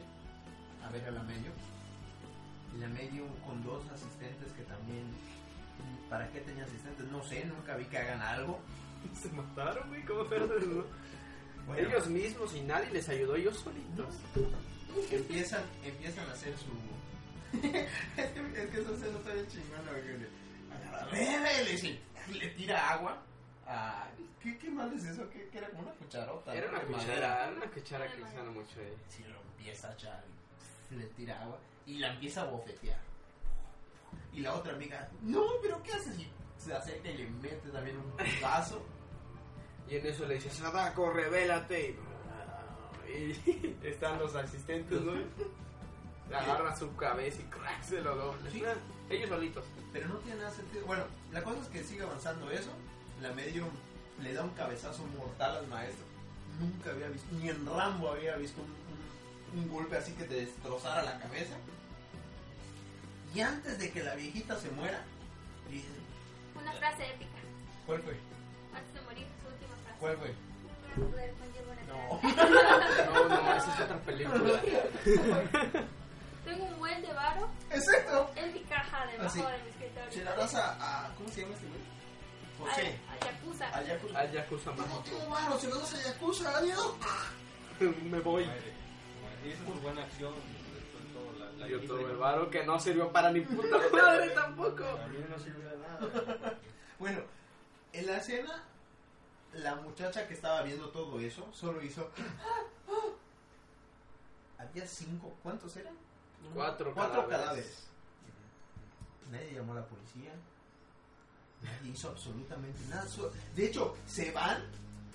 Speaker 1: a ver a la medio. Y la medio con dos asistentes que también. ¿Para qué tenía asistentes? No sé, nunca vi que hagan algo.
Speaker 3: Se mataron, güey. ¿Cómo se hacen?
Speaker 1: Bueno,
Speaker 3: Ellos mismos y nadie les ayudó, ellos solitos.
Speaker 1: empiezan, empiezan a hacer su. es que eso se lo está bien chingón, güey. A la verga, y le, dice- le tira agua. Ah, ¿qué, ¿Qué mal es eso? ¿Qué, qué era como una cucharota?
Speaker 3: Era
Speaker 1: ¿no?
Speaker 3: una
Speaker 1: De madera.
Speaker 3: cuchara, era una cuchara que usaron mucho eh. ahí.
Speaker 1: Si lo empieza a echar, le tira agua y la empieza a bofetear. Y la otra amiga, no, pero ¿qué haces? Y se acerca y le mete también un putazo.
Speaker 3: Y en eso le dice, Sadako, revélate. Y están los asistentes, ¿no? Le agarra su cabeza y crack, se lo dobla.
Speaker 1: Sí.
Speaker 3: Ellos solitos.
Speaker 1: Pero no tiene nada sentido. Bueno, la cosa es que sigue avanzando eso. La medium le da un cabezazo mortal al maestro. Nunca había visto, ni en Rambo había visto un, un- un golpe así que te destrozara la cabeza. Y antes de que la viejita se muera, dice,
Speaker 2: Una frase épica.
Speaker 1: ¿cuál fue?
Speaker 2: Antes de morir, su última frase.
Speaker 1: ¿Cuál fue?
Speaker 2: Para poder conllevar a
Speaker 1: No.
Speaker 3: No, no, esa es otra película.
Speaker 2: Tengo un buen de varo
Speaker 1: Exacto.
Speaker 2: en mi caja debajo
Speaker 1: Ah, sí.
Speaker 2: de mi escritorio.
Speaker 1: Se la das a, a- ¿cómo se llama este güey? José.
Speaker 2: Al, al Yakuza.
Speaker 1: A Yakuza.
Speaker 3: Al Yakuza
Speaker 1: No
Speaker 3: Mamoto.
Speaker 1: tengo varo, se lo das a Yakuza, adiós.
Speaker 3: Me voy.
Speaker 4: Muere. Muere. Y esa es buena acción. Todo, la, la
Speaker 3: Yo todo
Speaker 4: guisa-
Speaker 3: el varo que no sirvió para ni puta madre tampoco.
Speaker 4: A mí no sirve de nada.
Speaker 1: Bueno, en la escena, la muchacha que estaba viendo todo eso solo hizo. Había cinco, ¿cuántos eran?
Speaker 3: Cuatro
Speaker 1: Cuatro
Speaker 3: cadáveres.
Speaker 1: cadáveres. Nadie llamó a la policía. Nadie hizo absolutamente nada. Su- De hecho, se van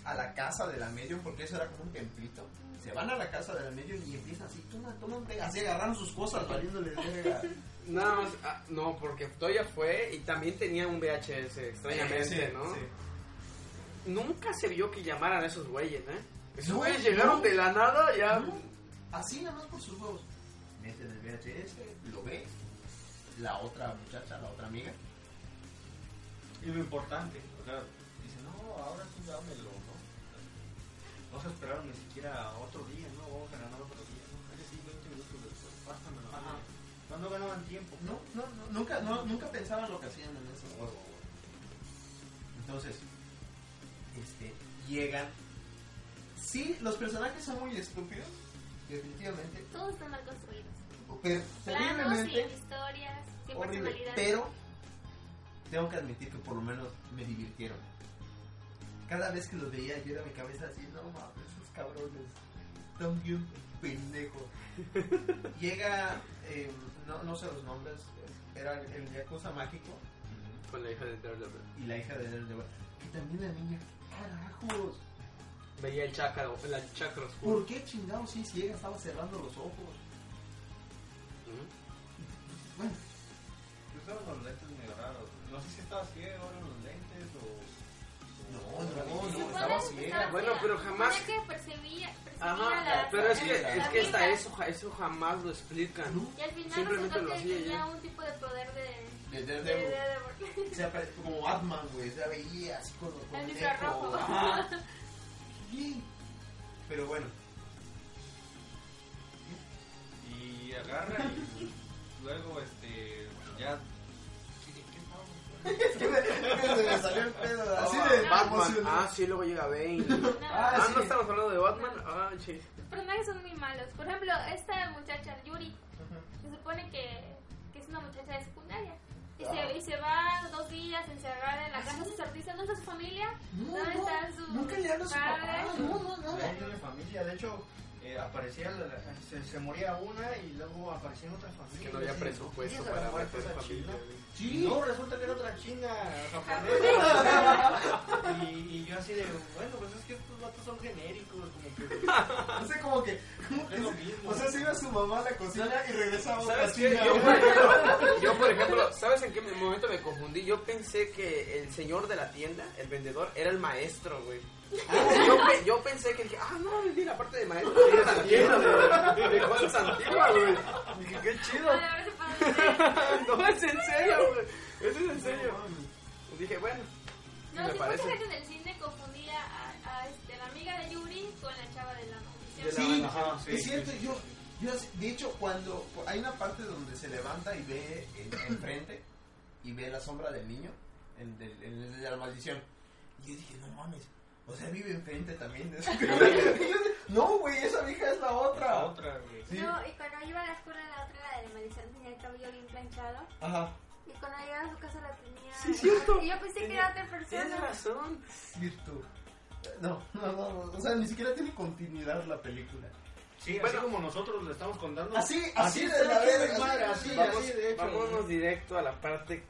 Speaker 1: a la casa de la medium porque eso era como un templito. Se van a la casa de la medium y empiezan así, toma, toma, pega. Así agarraron sus cosas valiéndole verga.
Speaker 3: Nada más, ah, no, porque Toya fue y también tenía un VHS, extrañamente,
Speaker 1: Sí,
Speaker 3: ¿no?
Speaker 1: sí.
Speaker 3: Nunca se vio que llamaran a esos güeyes, ¿eh? Esos
Speaker 1: No,
Speaker 3: güeyes llegaron
Speaker 1: no.
Speaker 3: de la nada, ya.
Speaker 1: No, Así nada más por sus huevos. Meten el VHS, lo ve la otra muchacha, la otra amiga.
Speaker 4: Y lo importante, o sea, dice, no, ahora tú dámelo, ¿no? No se esperaron ni siquiera otro día, ¿no? Vamos a ganar otro día, ¿no? Es decir, 20 minutos después, pásamelo.
Speaker 1: Ajá.
Speaker 4: No, no ganaban tiempo.
Speaker 1: No, no, no, nunca, no, nunca pensaban lo que hacían en esos juegos. Entonces, este, llegan. Sí, los personajes son muy estúpidos, definitivamente.
Speaker 2: Todos están mal construidos.
Speaker 1: Pero
Speaker 2: Planos, sin
Speaker 1: terriblemente
Speaker 2: historias, sin
Speaker 1: horrible.
Speaker 2: personalidad.
Speaker 1: Pero tengo que admitir que por lo menos me divirtieron. Cada vez que los veía yo era mi cabeza así, no mames, esos cabrones. Están bien pendejos. Llega, eh, no, no sé los nombres, era el, el Yakuza Mágico
Speaker 3: Con la hija de Daredevil.
Speaker 1: y la hija de Daredevil. Y también la niña, ¿qué carajos?
Speaker 3: Veía el chakra, el chakra oscuro.
Speaker 1: ¿Por qué chingados si ciega estaba cerrando los ojos?
Speaker 3: Ujú.
Speaker 1: Bueno,
Speaker 4: Yo estaba con los lentes medio raros. No sé si estaba ciego ahora los lentes o...
Speaker 1: No, no,
Speaker 2: Se
Speaker 1: no,
Speaker 2: supone
Speaker 1: estaba
Speaker 2: que
Speaker 1: ciega.
Speaker 2: estaba
Speaker 3: Bueno,
Speaker 2: ciega.
Speaker 3: pero
Speaker 2: Se
Speaker 3: jamás-
Speaker 2: supone que percibía, percibía
Speaker 3: Ajá,
Speaker 2: las-
Speaker 3: pero es que,
Speaker 2: las
Speaker 3: es que hasta
Speaker 2: mismas.
Speaker 3: eso, ja- eso jamás lo explican.
Speaker 1: No.
Speaker 2: Y al final
Speaker 3: Simplemente
Speaker 2: resultó
Speaker 3: lo
Speaker 2: que
Speaker 3: hacía ya.
Speaker 2: tenía un tipo de poder de...
Speaker 1: de
Speaker 2: de-
Speaker 1: Daredevil.
Speaker 2: de- de-
Speaker 1: O sea, pare- como Batman, güey. Se veía así con los con
Speaker 2: El
Speaker 1: el
Speaker 2: infrarrojo.
Speaker 1: eco. Ajá. Sí. Pero bueno,
Speaker 4: Y agarra y luego, este, ya... ¿Qué, qué estábamos?
Speaker 1: es que me, me salió el pedo así
Speaker 3: Ah,
Speaker 1: de
Speaker 3: Batman.
Speaker 1: emocionado.
Speaker 3: Ah, sí, luego llega Bane.
Speaker 2: no.
Speaker 1: Ah,
Speaker 3: Ah,
Speaker 1: sí.
Speaker 3: no estamos hablando de Batman. Ah, sí.
Speaker 2: Los personajes son muy malos. Por ejemplo, esta muchacha, Yuri, se supone que, que es una muchacha de secundaria. Y se, y se va dos días encerrada en la casa de sus artistas. ¿Dónde está su familia?
Speaker 1: No,
Speaker 2: ¿Dónde
Speaker 1: no,
Speaker 2: está su
Speaker 1: nunca le habla a su
Speaker 2: padre?
Speaker 1: papá. No, no, nada.
Speaker 5: Ahí tiene familia, de hecho, eh, aparecía, la- la- se, se moría una y luego aparecían otras familias.
Speaker 3: Que no había presupuesto para meter familia.
Speaker 5: Sí. No, resulta que era otra china japonesa. y, y yo así de, bueno, pues es que estos vatos son genéricos, como que...
Speaker 1: O sea, como que. como que
Speaker 4: Es lo
Speaker 1: se-
Speaker 4: mismo.
Speaker 1: O sea, se iba su mamá a la cocina y regresaba otra
Speaker 3: ¿Sabes qué?
Speaker 1: china.
Speaker 3: Yo, por
Speaker 1: güey.
Speaker 3: ejemplo, yo, por ejemplo, ¿sabes en qué momento me confundí? Yo pensé que el señor de la tienda, el vendedor, era el maestro, güey. Yo, pe- yo pensé que dije, ah, no, vendí la parte de maestro Ah. de la tienda, güey. De Juan Santiva, güey. Dije, qué chido.
Speaker 2: Vale, ahora se puede hacer.
Speaker 3: No, es en serio, güey. Eso es en serio. Dije, bueno.
Speaker 2: No,
Speaker 3: Me
Speaker 2: sí, mucha
Speaker 3: parece.
Speaker 2: gente en el cine confundía a, a, este, la amiga de Yuri con la chava de la maldición.
Speaker 3: De la-
Speaker 1: Sí,
Speaker 4: Ajá, sí,
Speaker 1: es cierto.
Speaker 4: sí, sí.
Speaker 1: Yo, yo, así- de hecho, cuando hay una parte donde se levanta y ve en- enfrente y ve la sombra del niño, el, del- el de la maldición, y yo dije, no mames, o sea, vive enfrente también de eso. no, güey, esa vieja es la otra.
Speaker 4: Otra, otra, güey.
Speaker 1: Sí.
Speaker 2: No, y cuando iba a la escuela, la otra, la de la maldición, tenía el cabello bien planchado.
Speaker 1: Ajá.
Speaker 2: Y cuando llegaron a su casa la tenía.
Speaker 3: Sí, es cierto.
Speaker 2: Y yo pensé que era otra
Speaker 3: Tienes
Speaker 2: persona.
Speaker 3: razón.
Speaker 1: Cierto. No, no, no, no, o sea, ni siquiera tiene continuidad la película.
Speaker 4: Sí,
Speaker 3: Bueno.
Speaker 4: así como nosotros le estamos contando.
Speaker 1: Así, así,
Speaker 4: Así
Speaker 1: de
Speaker 4: está
Speaker 1: la
Speaker 4: hecho
Speaker 1: verga,
Speaker 4: Neymar,
Speaker 1: así,
Speaker 4: así,
Speaker 1: así,
Speaker 4: así,
Speaker 1: de hecho.
Speaker 3: Vámonos directo a la parte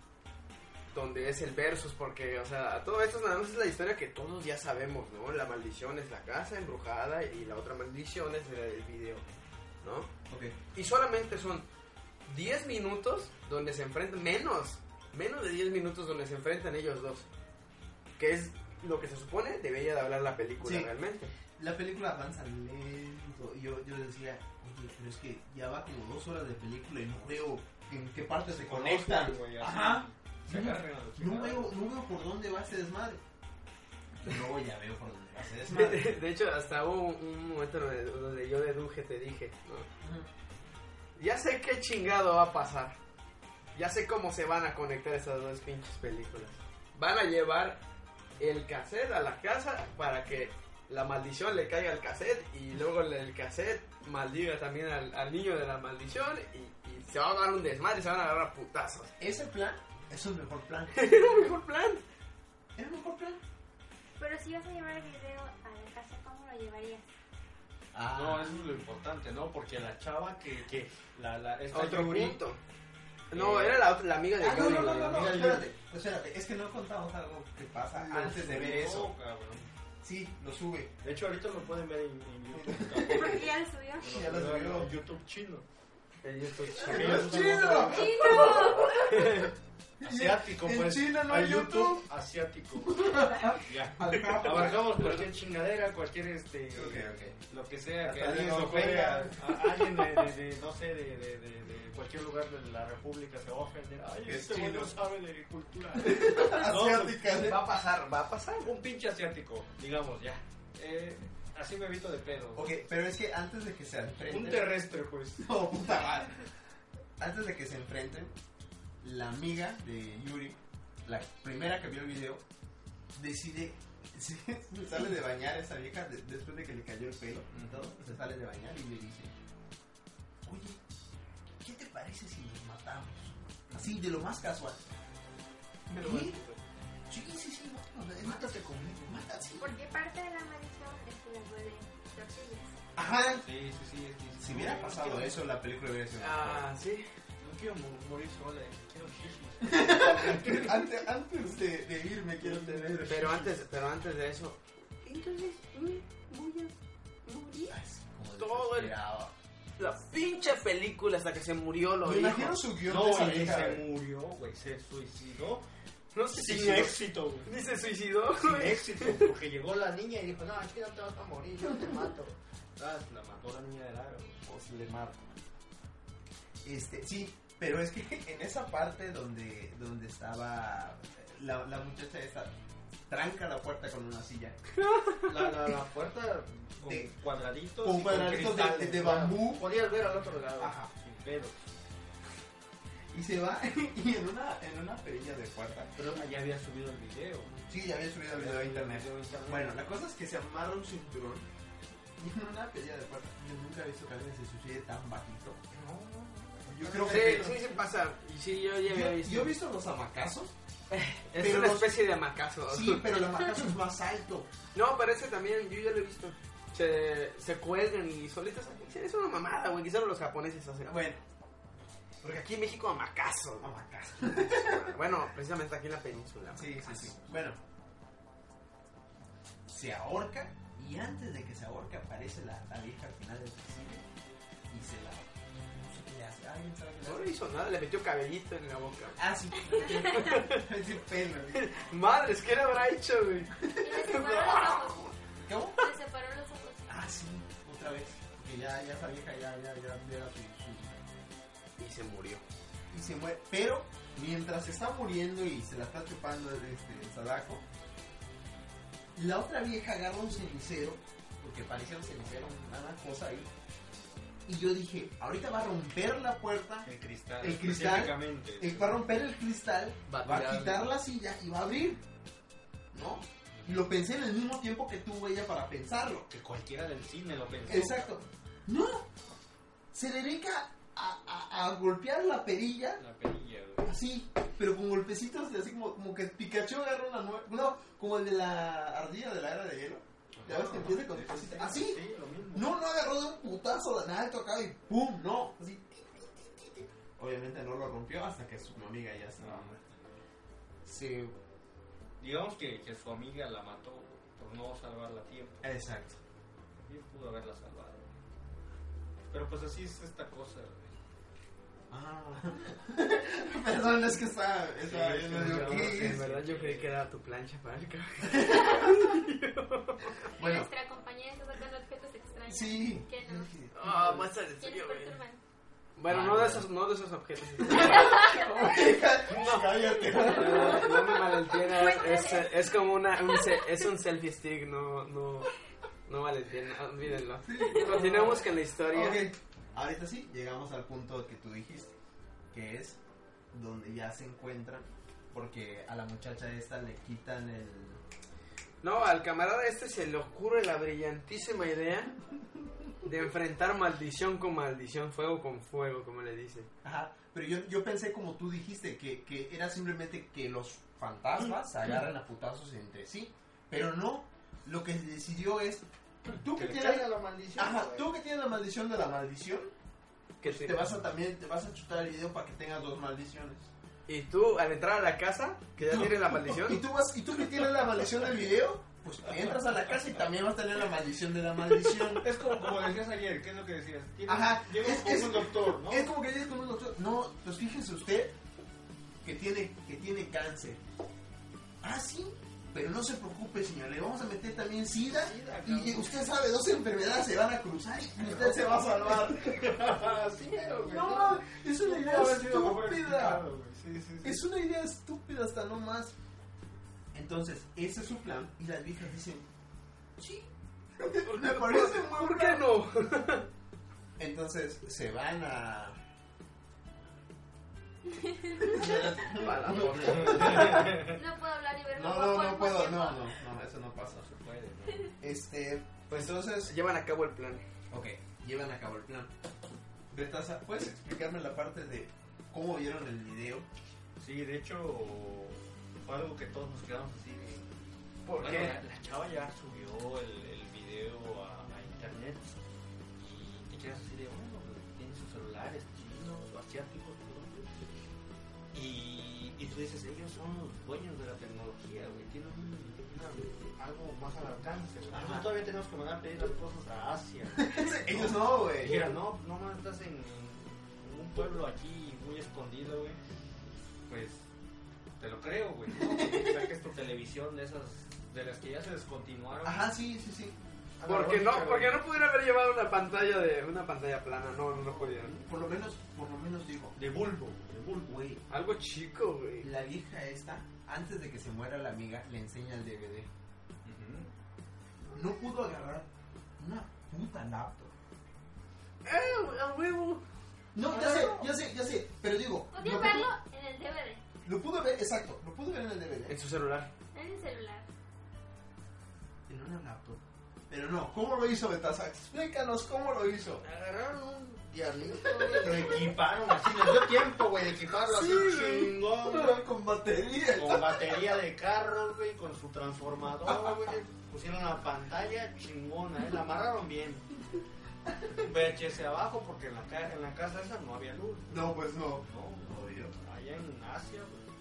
Speaker 3: donde es el versus, porque, o sea, todo esto nada más es la historia que todos ya sabemos, ¿no? La maldición es la casa embrujada y la otra maldición es la del video, ¿no?
Speaker 1: Ok,
Speaker 3: Y solamente son 10 minutos donde se enfrentan, menos, menos de 10 minutos donde se enfrentan ellos dos, que es lo que se supone debería de hablar la película
Speaker 1: Sí.
Speaker 3: realmente.
Speaker 1: la película avanza lento. Y yo, yo decía, oye, pero es que ya va como dos horas de película y no veo en qué parte se conectan.
Speaker 4: güey, así.
Speaker 1: Ajá.
Speaker 4: Se agarran a los
Speaker 1: No
Speaker 4: chingados.
Speaker 1: veo, no veo por dónde va ese desmadre. Y Luego ya veo por dónde va ese
Speaker 3: De,
Speaker 1: desmadre.
Speaker 3: de hecho, hasta hubo un, un momento donde, donde yo deduje, te dije, ¿no? Ya sé qué chingado va a pasar. Ya sé cómo se van a conectar esas dos pinches películas. Van a llevar el cassette a la casa para que la maldición le caiga al cassette y luego el- el cassette maldiga también al, al niño de la maldición y, y se va a dar un desmadre, se van a agarrar a putazos.
Speaker 1: Ese plan es el mejor plan.
Speaker 3: Era el mejor plan.
Speaker 1: Era el mejor plan.
Speaker 2: Pero si vas a llevar el video a la casa, ¿cómo lo llevarías?
Speaker 1: Ah,
Speaker 4: No, eso es lo importante, ¿no? Porque la chava que. que la, la, esta
Speaker 3: Otro
Speaker 4: Yuri-
Speaker 3: punto. No, era la, otra- la amiga de
Speaker 1: Ah, no,
Speaker 3: Yuri,
Speaker 1: no, no, no,
Speaker 3: güey, la
Speaker 1: no,
Speaker 3: amiga de Yuri.
Speaker 1: espérate, espérate, es que no contamos algo que pasa
Speaker 4: Lo
Speaker 1: antes de ver
Speaker 4: subió,
Speaker 1: eso.
Speaker 4: cabrón.
Speaker 1: Sí, lo sube.
Speaker 4: De hecho, ahorita lo pueden ver en, en YouTube. cabrón.
Speaker 2: Porque ya lo subió.
Speaker 1: Ya lo subió.
Speaker 4: En YouTube chino.
Speaker 3: El YouTube
Speaker 4: Sí,
Speaker 3: channel.
Speaker 4: eso es
Speaker 1: chino!
Speaker 4: lo bueno.
Speaker 2: ¡Sí, no!
Speaker 4: Asiático,
Speaker 1: En
Speaker 4: pues.
Speaker 1: China no hay
Speaker 4: Al
Speaker 1: YouTube.
Speaker 4: Asiático. ya.
Speaker 1: Ajá.
Speaker 4: Abarcamos cualquier chingadera, cualquier este.
Speaker 1: Ok, ok.
Speaker 4: Lo que sea, que
Speaker 1: Hasta
Speaker 4: alguien
Speaker 1: Dios
Speaker 4: se
Speaker 1: no
Speaker 4: ofenda. a- Alguien de, de- de- no sé, de, de- de- de cualquier lugar de la República se va a ofender. Ay,
Speaker 1: Es
Speaker 4: este güey
Speaker 1: chino.
Speaker 4: no sabe de cultura.
Speaker 1: Asiática. ¿eh?
Speaker 3: Va a pasar, va a pasar.
Speaker 4: Un pinche asiático, digamos, ya. Eh, así me evito de pedo.
Speaker 1: Ok, pero es que antes de que se
Speaker 4: Un
Speaker 1: enfrenten.
Speaker 4: terrestre, pues.
Speaker 1: No, Oh, puta madre. Antes de que se enfrenten, la amiga de Yuri, la primera que vio el video, decide. Se sale de bañar esa vieja de- después de que le cayó el pelo y todo. Se sale de bañar y le dice: Oye, ¿qué te parece si nos matamos? Así, de lo más casual. ¿Qué? Sí, sí, sí, vámonos, mátate conmigo, mátate. sí.
Speaker 2: Porque parte de la maldición es que la huele tortillas.
Speaker 1: Ajá.
Speaker 4: Sí, sí, sí. es que-
Speaker 1: Si hubiera pasado eso, la película hubiera sido.
Speaker 3: Ah, sí.
Speaker 4: No quiero mo- morir sola, eh. quiero shishis.
Speaker 1: Antes, antes de, de irme, quiero tener.
Speaker 3: Pero antes, pero antes de eso. Entonces me voy a morir. Todo el- La pinche película hasta que se murió lo
Speaker 1: Me imagino
Speaker 3: dijo.
Speaker 1: su guión
Speaker 4: No,
Speaker 1: de esa
Speaker 4: güey,
Speaker 1: vieja,
Speaker 4: se
Speaker 1: güey.
Speaker 4: murió, güey, se suicidó.
Speaker 3: No se
Speaker 4: Sin
Speaker 1: ¿eh?
Speaker 3: suicidó.
Speaker 4: éxito, güey.
Speaker 3: Ni se suicidó,
Speaker 4: Sin
Speaker 3: güey.
Speaker 4: éxito, porque llegó la niña y dijo, no, aquí no te vas a morir, yo te mato. Ah, se la mató la niña del aro.
Speaker 1: Pues le marco. Este, sí, pero es que en esa parte donde, donde estaba la, la muchacha esta, tranca la puerta con una silla.
Speaker 4: La, la, la puerta con
Speaker 1: De-
Speaker 4: cuadraditos.
Speaker 1: con
Speaker 4: y
Speaker 1: cuadraditos de-
Speaker 4: cristales,
Speaker 1: de
Speaker 4: o sea,
Speaker 1: bambú.
Speaker 4: Podías ver al otro lado.
Speaker 1: Ajá.
Speaker 4: Sin pedo.
Speaker 1: Y se va y en una, en una perilla de puerta.
Speaker 4: Pero ya había subido el video.
Speaker 1: Sí, ya había subido el video a internet. Bueno, la cosa es que se amarra un cinturón y en una pelea de puerta. Yo nunca he visto que alguien se suicide tan bajito. Yo creo
Speaker 3: Sí,
Speaker 1: que.
Speaker 3: sí se pasa. Y sí, yo ya había
Speaker 1: Yo,
Speaker 3: visto.
Speaker 1: yo he visto los amacazos.
Speaker 3: es
Speaker 1: pero
Speaker 3: una
Speaker 1: los-
Speaker 3: especie de amacazo.
Speaker 1: Sí, pero el amacazo es más alto.
Speaker 3: No, pero ese también, yo ya lo he visto. Se, se cuelgan y solitos. Es una mamada, güey. Quizás los japoneses hacen.
Speaker 1: Bueno,
Speaker 3: Porque aquí en México amacazo. güey.
Speaker 1: amacazo.
Speaker 3: Bueno, precisamente aquí en la península.
Speaker 1: Sí, sí, sí. Bueno, se ahorca y antes de que se ahorca aparece la, la vieja al final del pasillo y se la. No sé qué le hace. Ay, no sabe qué le
Speaker 3: No
Speaker 1: hace.
Speaker 3: le hizo nada, le metió cabellito en la boca.
Speaker 1: Ah, sí. Ese pelo.
Speaker 3: Madres, ¿qué le habrá hecho, güey?
Speaker 2: Y le separó los ojos.
Speaker 1: ¿Cómo?
Speaker 2: Le separó los ojos.
Speaker 1: Ah, sí, otra vez. Porque ya, ya esa vieja ya, ya, ya era su, su-
Speaker 3: Y se murió.
Speaker 1: Y se muere. Pero mientras se está muriendo y se la está chupando el, este, el Sadako, la otra vieja agarra un cenicero, porque parecía un cenicero, una cosa ahí. Y yo dije, ahorita va a romper la puerta,
Speaker 4: El cristal.
Speaker 1: El cristal.
Speaker 4: específicamente.
Speaker 1: eh, va a romper el cristal,
Speaker 3: Va a
Speaker 1: va a
Speaker 3: tirar-
Speaker 1: quitar la silla y va a abrir. ¿No? Y lo pensé en el mismo tiempo que tuvo ella para pensarlo.
Speaker 4: Que cualquiera del cine lo pensó.
Speaker 1: Exacto. No. Se dedica a, a- a golpear la perilla,
Speaker 4: La perilla, güey.
Speaker 1: así, pero con golpecitos de así como, como que Pikachu agarra una nueva. No, como el de la ardilla de la era de hielo. Ya ves que empieza con cositas. Así.
Speaker 4: Sí, lo mismo.
Speaker 1: No, no agarró de un putazo de alto acá y ¡pum! No. Así. Obviamente no lo rompió hasta que su amiga ya estaba muerta. Sí,
Speaker 4: Digamos que, que su amiga la mató por no salvarla a tiempo.
Speaker 1: exacto.
Speaker 4: Bien pudo haberla salvado. Pero pues así es esta cosa, güey.
Speaker 1: Ah. Perdón, es que estaba. estaba
Speaker 4: Sí,
Speaker 1: viendo
Speaker 4: sí,
Speaker 1: yo,
Speaker 4: sí,
Speaker 1: Eh, ¿qué
Speaker 4: sí,
Speaker 1: es?
Speaker 3: En verdad yo creí que era tu plancha para el cabello.
Speaker 1: Bueno.
Speaker 2: Nuestra compañera está sacando objetos extraños.
Speaker 1: Sí.
Speaker 2: Que no.
Speaker 3: Ah, muestra el
Speaker 2: Que
Speaker 3: suyo,
Speaker 2: nos
Speaker 3: güey.
Speaker 2: perturban.
Speaker 1: Ah,
Speaker 3: Bueno, no de esos, no de esos objetos.
Speaker 1: No, cállate.
Speaker 3: No, no me malentiendan, es, es como una, un, se- es un selfie stick, no, no, no malentiendan, olvídenlo. Continuamos con la historia.
Speaker 1: Ok, ahorita sí, llegamos al punto que tú dijiste, que es donde ya se encuentran, porque a la muchacha esta le quitan el...
Speaker 3: No, al camarada este se le ocurre la brillantísima idea de enfrentar maldición con maldición, fuego con fuego, como le dicen.
Speaker 1: Ajá, pero yo, yo pensé como tú dijiste, que, que era simplemente que los
Speaker 5: Mm,
Speaker 1: fantasmas se agarran a putazos entre sí, pero no, lo que se decidió es, tú que
Speaker 4: Que le
Speaker 1: tienes...
Speaker 5: Caiga la maldición.
Speaker 1: Ajá,
Speaker 5: güey.
Speaker 1: tú que tienes la maldición de la maldición,
Speaker 3: Que
Speaker 1: te vas a también, te vas a chutar el video para que tengas dos maldiciones.
Speaker 3: Y tú, al entrar a la casa, que ya tienes la
Speaker 1: Y
Speaker 3: maldición,
Speaker 1: tú, vas, y tú que tienes la maldición del video, pues entras a la casa y también vas a tener la maldición de la maldición.
Speaker 4: Es como, como decías ayer, ¿qué es lo que decías? Tienes-
Speaker 1: Ajá,
Speaker 4: Llego
Speaker 1: es-
Speaker 4: con
Speaker 1: es-
Speaker 4: un doctor, ¿no?
Speaker 1: Es como que dices con un doctor, no, pues fíjese usted que tiene, que tiene cáncer. Ah, sí, pero no se preocupe, señor, le vamos a meter también sida.
Speaker 4: Sida, cabrón.
Speaker 1: Y usted sabe, dos enfermedades se van a cruzar y usted se va a salvar.
Speaker 4: Así era, Ah, güey.
Speaker 1: No, no, es una idea
Speaker 4: pudo haber sido mejor
Speaker 1: estúpida.
Speaker 4: explicado, güey. Sí, sí, sí.
Speaker 1: Es una idea estúpida hasta no más. Entonces, ese es su plan y las viejas dicen, sí, me parece muy
Speaker 3: ¿por qué no?
Speaker 1: Entonces, se van a...
Speaker 2: No puedo hablar y ver
Speaker 1: No, no, no puedo, no, no, no, eso no pasa.
Speaker 4: Se puede, ¿no?
Speaker 1: Este, pues entonces...
Speaker 3: Llevan a cabo el plan.
Speaker 1: Ok, llevan a cabo el plan. Betasa, ¿puedes explicarme la parte de cómo vieron el video?
Speaker 4: Sí, de hecho, fue algo que todos nos quedamos así. de-
Speaker 3: ¿Por
Speaker 4: Bueno,
Speaker 3: qué?
Speaker 4: La, la chava ya subió el, el video a, a internet y te quedas así de, bueno, pues, tienen sus celulares chinos o asiáticos, ¿no? Y, y tú dices, ellos son los dueños de la tecnología, güey, tienen una- algo más al alcance. güey. Nosotros todavía tenemos que mandar a pedir las cosas a Asia.
Speaker 1: Ellos no,
Speaker 4: Y
Speaker 1: güey.
Speaker 4: Mira, no, no más estás en, en un pueblo aquí muy escondido, güey. Pues te lo creo, güey. ¿no? Que Saques tu televisión de esas, de las que ya se descontinuaron.
Speaker 1: Ajá, sí, sí, sí.
Speaker 3: Porque no, porque no pudieron haber llevado una pantalla de una pantalla plana, no, no, no pudieron.
Speaker 1: Por lo menos, por lo menos digo,
Speaker 4: De bulbo, de bulbo.
Speaker 1: güey,
Speaker 3: Algo chico, güey.
Speaker 1: La vieja esta, antes de que se muera la amiga, le enseña el DVD.
Speaker 4: Ujú.
Speaker 1: No pudo agarrar una puta laptop.
Speaker 3: ¡Eh, a huevo!
Speaker 1: No, ya sé, ya sé, ya sé. Pero digo,
Speaker 2: Podía
Speaker 1: lo que
Speaker 2: verlo en el DVD,
Speaker 1: tú- lo pudo ver, exacto, lo pudo ver en el DVD.
Speaker 3: En su celular.
Speaker 2: en el celular.
Speaker 1: En una laptop. Pero no, ¿cómo lo hizo Betasa? Explícanos cómo lo hizo.
Speaker 3: Agarraron un...
Speaker 1: Diablito,
Speaker 4: Lo equiparon así, les dio tiempo, güey, de equiparlo así chingón, güey.
Speaker 1: con batería.
Speaker 4: Con batería de carro, güey, con su transformador, güey. Pusieron la pantalla chingona, ¿eh? La amarraron bien. VHS abajo porque en la, ca- en la casa esa no había luz.
Speaker 1: No, pues no.
Speaker 4: No,
Speaker 1: Obvio.
Speaker 4: allá en Asia, güey,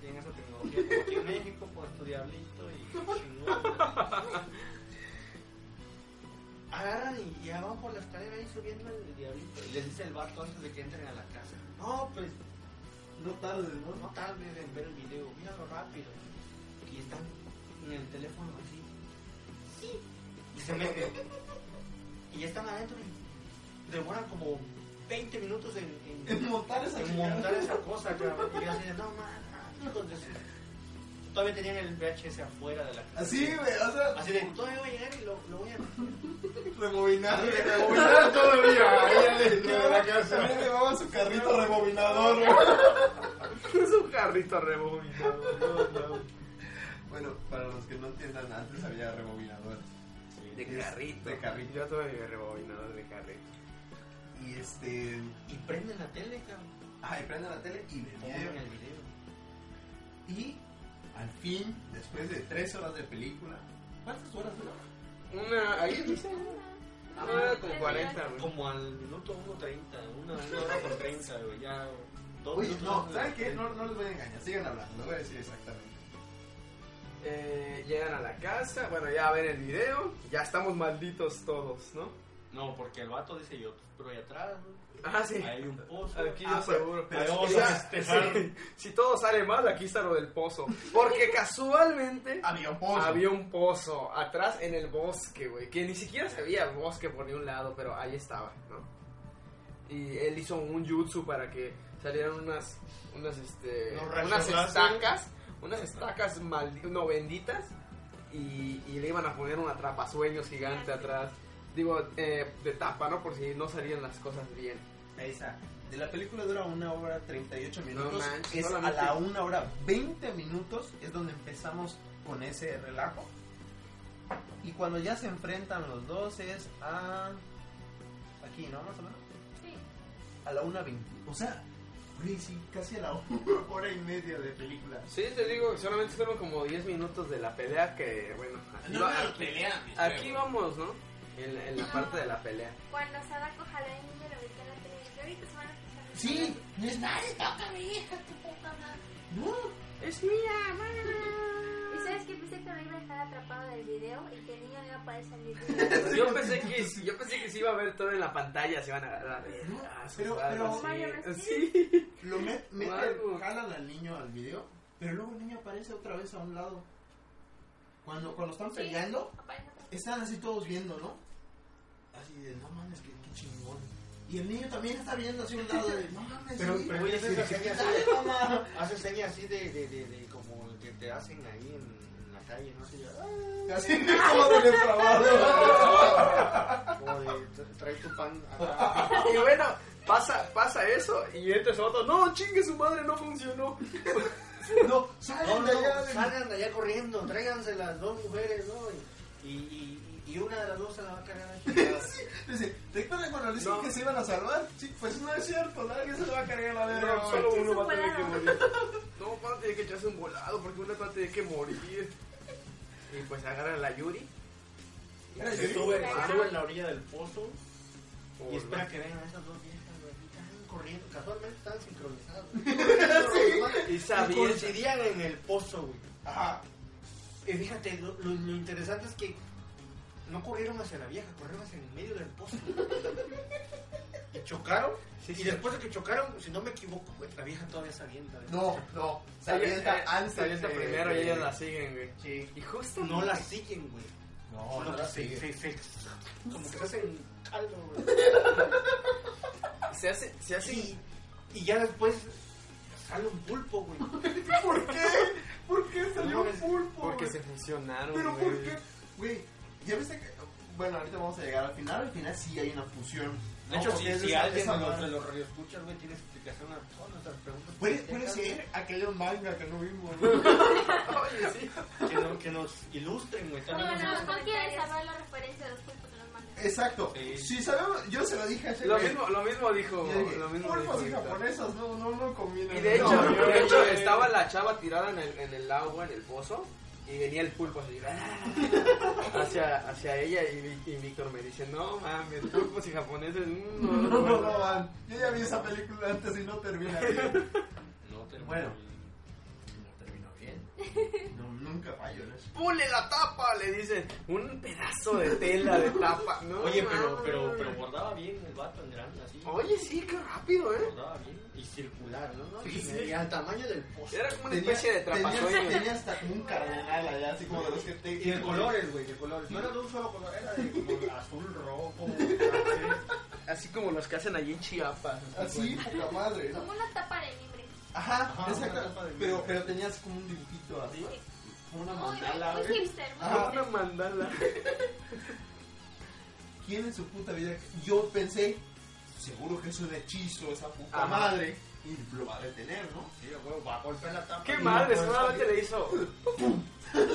Speaker 4: tienen esa tecnología. Como aquí en México, pues tu diablito y chingón. güey. Agarran Ah, y, y abajo por la escalera ahí subiendo el diablito. Y les dice el vato antes de que entren a la casa. No, pues
Speaker 1: No tardes, ¿no?
Speaker 4: no tardes en ver el video, míralo rápido. Y están en el teléfono así. Sí. Y se meten. Y ya están adentro y demoran como 20 minutos en, en-
Speaker 1: En montar esa
Speaker 4: en
Speaker 1: chingada.
Speaker 4: montar esa cosa, cabrón. Y yo así de, no, man, hijos de su-". Todavía tenían el VHS afuera de la casa.
Speaker 1: Así, güey, o sea,
Speaker 4: Así de, todavía voy a llegar y lo, lo voy a...
Speaker 1: rebobinar.
Speaker 3: Pues
Speaker 4: Rebobinar todavía, ahí adentro de la casa.
Speaker 1: También llevaba su carrito rebobinador, güey.
Speaker 3: Es un carrito rebobinado.
Speaker 1: Bueno, para los que no entiendan, antes había rebobinadores.
Speaker 3: De
Speaker 1: Es
Speaker 3: carrito.
Speaker 1: de carrito.
Speaker 3: Yo tuve mi rebobinador de carrito.
Speaker 1: y este.
Speaker 4: Y prenden la tele, cabrón.
Speaker 1: Ah, y prenden la tele y ven el
Speaker 4: Pongan
Speaker 1: video.
Speaker 4: el video.
Speaker 1: Y al fin, después de tres horas de película, ¿cuántas horas duró?
Speaker 3: Una, ahí dice. Ah, como 40, güey.
Speaker 4: Como al minuto 1.30, una, una hora por 30, güey, ya. dos
Speaker 1: Oye,
Speaker 4: minutos
Speaker 1: no,
Speaker 4: antes de-
Speaker 1: ¿saben qué? No, no les voy a engañar, sigan hablando, les voy a decir exactamente.
Speaker 3: Eh, llegan a la casa, bueno, ya ven el video. Ya estamos malditos todos, ¿no?
Speaker 4: No, porque el vato dice yo, pero ahí atrás, güey,
Speaker 3: Ah, sí.
Speaker 4: ahí hay un pozo.
Speaker 3: Aquí
Speaker 1: Ah,
Speaker 3: yo
Speaker 1: pero-
Speaker 3: seguro.
Speaker 1: pero-
Speaker 3: Ahí
Speaker 4: vamos a
Speaker 3: está.
Speaker 4: festejar.
Speaker 3: Sí. Si todo sale mal, aquí está lo del pozo. Porque casualmente
Speaker 1: Había un pozo.
Speaker 3: había un pozo atrás en el bosque, güey. Que ni siquiera se veía el bosque por ningún lado, pero ahí estaba, ¿no? Y él hizo un jutsu para que salieran unas, unas, este,
Speaker 5: Los rayos
Speaker 3: unas
Speaker 5: láser.
Speaker 3: estacas, unas estacas maldi- no benditas. Y, y le iban a poner una trapa sueños gigante atrás. Digo, eh, de tapa, ¿no? Por si no salían las cosas bien.
Speaker 1: Ahí está. De la película dura una hora 38 minutos.
Speaker 3: No manches,
Speaker 1: es a
Speaker 3: solamente-
Speaker 1: la una hora 20 minutos es donde empezamos con ese relajo. Y cuando ya se enfrentan los dos es a... Aquí, ¿no? Más o menos.
Speaker 2: Sí.
Speaker 1: A la una 20. O sea, güey, sí, casi a la una hora y media de película.
Speaker 3: Sí, te digo, que solamente fueron como 10 minutos de la pelea que, bueno, aquí, va- aquí vamos, ¿no? En, la- en la parte de la pelea.
Speaker 2: Cuando Sadako jaló el niño, lo metió en la tele. Ahorita se van a fijar.
Speaker 1: Sí, no es nada. No.
Speaker 3: Es mía, mamá.
Speaker 2: ¿Y sabes qué? Pensé que lo iba a dejar atrapado del video y que el niño no iba a poder salir. del video.
Speaker 3: Yo pensé que yo pensé que se iba a ver todo en la pantalla, se iban a agarrar.
Speaker 1: No,
Speaker 3: Ah, sus
Speaker 1: pero-
Speaker 3: barras,
Speaker 2: pero-
Speaker 3: sí. Sí.
Speaker 1: Lo met, meten,
Speaker 3: Algo.
Speaker 1: jalan al niño al video, pero luego el niño aparece otra vez a un lado. Cuando, cuando están
Speaker 2: Sí.
Speaker 1: peleando,
Speaker 2: Aparece atrás.
Speaker 1: están así todos viendo, ¿no? Así de, no mames, qué, qué chingón. Y el niño también está viendo hacia un lado de, no mames,
Speaker 5: Pero-
Speaker 1: sí,
Speaker 5: pero
Speaker 1: güey,
Speaker 5: es
Speaker 1: sí,
Speaker 5: esa
Speaker 1: sí,
Speaker 5: seña
Speaker 1: dale, mamá.
Speaker 4: Hace señas así de, de, de, de como el que te hacen ahí en, en la calle, ¿no? Así,
Speaker 1: Así como de depravado.
Speaker 4: ah, como de tra- trae tu pan acá.
Speaker 3: Y bueno, pasa pasa eso y entra ese vato, no, chingue su madre, no funcionó.
Speaker 1: No,
Speaker 4: No,
Speaker 1: salen de allá.
Speaker 4: no,
Speaker 1: de-
Speaker 4: salgan de allá corriendo, tráiganse las dos mujeres, ¿no? Y, y, y, y una de las dos se la va a cargar. a chingadas.
Speaker 1: Sí, Dice, ¿te acuerdas cuando le dicen
Speaker 3: No.
Speaker 1: que se iban a salvar? Sí, pues no es cierto, nadie se va a cargar la verga.
Speaker 3: No,
Speaker 1: güey.
Speaker 3: solo
Speaker 2: Echarse
Speaker 3: uno
Speaker 2: un
Speaker 3: va a tener que
Speaker 2: volado.
Speaker 3: morir. No, van a tener que echarse un volado porque uno va a tener que morir. Y pues agarran a la Yuri.
Speaker 1: Era
Speaker 4: Se
Speaker 1: Yuri.
Speaker 4: sube,
Speaker 2: Ah.
Speaker 4: se sube en la orilla del pozo
Speaker 3: Oh,
Speaker 4: y espera
Speaker 3: no.
Speaker 4: que vengan esas dos viejas, güey. y Están corriendo, casualmente están sincronizadas. güey.
Speaker 3: Y sabía-
Speaker 4: coincidían en el pozo, güey.
Speaker 1: Ajá.
Speaker 4: Y fíjate, lo, lo- lo interesante es que no corrieron hacia la vieja, corrieron hacia el medio del pozo. y chocaron.
Speaker 3: Sí, sí.
Speaker 4: y después de que chocaron, si no me equivoco, güey, la vieja todavía salienta.
Speaker 1: No, no. Se avienta antes.
Speaker 3: Se avienta
Speaker 1: de-
Speaker 3: primero y
Speaker 1: de-
Speaker 3: ellas la siguen, güey.
Speaker 1: Sí.
Speaker 3: Y justo
Speaker 4: No la siguen, güey.
Speaker 1: No,
Speaker 4: Sino
Speaker 1: no
Speaker 4: que
Speaker 1: la
Speaker 4: se-
Speaker 1: sigue.
Speaker 4: se- se- como que se hacen caldo, güey.
Speaker 3: se hace, se hace
Speaker 4: Sí. Y ya después sale un pulpo, güey.
Speaker 1: ¿Por qué? ¿Por qué salió
Speaker 4: No,
Speaker 1: un
Speaker 4: es-
Speaker 1: pulpo?
Speaker 3: porque
Speaker 1: güey?
Speaker 3: se fusionaron.
Speaker 1: ¿Pero
Speaker 3: güey.
Speaker 1: por qué? Güey, ya viste que... Bueno, ahorita vamos a llegar al final. Al final sí hay una fusión.
Speaker 4: De
Speaker 1: No,
Speaker 4: hecho,
Speaker 1: porque
Speaker 4: si,
Speaker 1: es
Speaker 4: si
Speaker 1: esa-
Speaker 4: alguien
Speaker 1: esa
Speaker 4: de los,
Speaker 1: madre.
Speaker 4: de los radioescuchas, güey, tiene explicación a todas nuestras preguntas.
Speaker 1: Puede, puede ser aquel manga que no vimos. güey.
Speaker 3: Oye, sí.
Speaker 4: Que, no- que nos ilustren, güey.
Speaker 2: Bueno,
Speaker 4: también nos-
Speaker 2: no, no quieres saber la referencia de los pulpos de los mangas.
Speaker 1: Exacto.
Speaker 4: Sí.
Speaker 1: Si sabemos... Yo se lo dije a ese
Speaker 3: Lo
Speaker 1: güey.
Speaker 3: mismo, lo mismo
Speaker 1: Yo
Speaker 3: dijo.
Speaker 1: dije,
Speaker 3: Lo mismo dijo
Speaker 1: Pulpos y
Speaker 3: ahorita.
Speaker 1: japonesas no, no, no combinan.
Speaker 3: Y de hecho,
Speaker 1: No, yo-
Speaker 3: de hecho estaba la chava tirada en el, en el agua, en el pozo, y venía el pulpo así, ¡ah! hacia, hacia ella, y, Vi- y Víctor me dice, no mames, pulpos y japoneses, mm, no,
Speaker 1: No,
Speaker 3: no,
Speaker 1: no,
Speaker 3: no".
Speaker 1: no, van. Yo ya vi esa película antes y no termina bien.
Speaker 4: No, te-
Speaker 1: Bueno. No terminó bien. No, nunca fallo en eso.
Speaker 3: Pule la tapa, le dice, un pedazo de tela de tapa. No
Speaker 4: Oye, pero,
Speaker 3: mames.
Speaker 4: pero, pero guardaba bien el vato en grande, así.
Speaker 3: Oye, sí, qué rápido, ¿eh?
Speaker 4: Guardaba bien. Y circular, ¿no? ¿no?
Speaker 3: Sí,
Speaker 4: Y,
Speaker 3: sí.
Speaker 4: y al tamaño del pozo.
Speaker 3: Era como una
Speaker 1: Tenía-
Speaker 3: especie de
Speaker 1: tenía-
Speaker 3: trapasueño.
Speaker 1: Tenía hasta un cardenal allá, así como de los que te.
Speaker 4: Y de colores, güey, de colores. No era de un solo color, era de como azul, rojo, verde.
Speaker 3: Así como los que hacen allí en Chiapas.
Speaker 4: ¿Ah,
Speaker 1: Así, poca madre, ¿no?
Speaker 2: Como una tapa de mimbre.
Speaker 1: Ajá,
Speaker 4: Ajá, una
Speaker 1: exacto.
Speaker 4: tapa de
Speaker 1: Pero,
Speaker 4: mierda.
Speaker 1: pero tenías como un dibujito así. Como
Speaker 3: Ah,
Speaker 1: una
Speaker 2: Muy,
Speaker 1: mandala,
Speaker 2: muy
Speaker 1: güey.
Speaker 2: hipster, muy
Speaker 4: Ah.
Speaker 1: Ajá.
Speaker 3: Una mandala.
Speaker 1: ¿Quién en su puta vida? Yo pensé, seguro que es un hechizo esa puta
Speaker 3: Ajá.
Speaker 1: madre. Y lo va a detener, ¿no?
Speaker 4: Sí, güey, va a golpear la tapa.
Speaker 3: Qué
Speaker 4: Y
Speaker 3: madre,
Speaker 4: no puede
Speaker 3: seguramente
Speaker 4: salir.
Speaker 3: le hizo.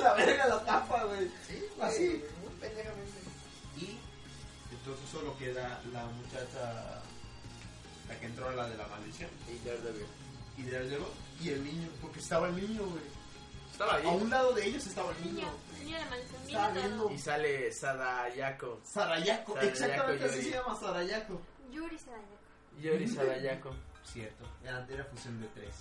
Speaker 1: la verga la tapa, güey.
Speaker 4: Sí, güey,
Speaker 1: Así.
Speaker 4: muy pendejamente.
Speaker 1: Y entonces solo queda la muchacha hasta que entró la de la maldición.
Speaker 3: Y Daredevil.
Speaker 1: Y Daredevil y el niño, porque estaba el niño, güey.
Speaker 3: Estaba
Speaker 1: A
Speaker 3: ahí.
Speaker 1: un lado de ellos estaba el niño.
Speaker 2: Niño, niño de maldición.
Speaker 1: Está
Speaker 2: niño
Speaker 1: viendo.
Speaker 2: todo.
Speaker 3: Y sale Sadayako.
Speaker 1: Sarayako,
Speaker 3: Sarayako,
Speaker 1: exactamente así
Speaker 3: Yuri.
Speaker 1: se llama Sarayako.
Speaker 2: Yuri se dañó.
Speaker 3: Yori Sadayako.
Speaker 1: Cierto, era, era fusión de tres.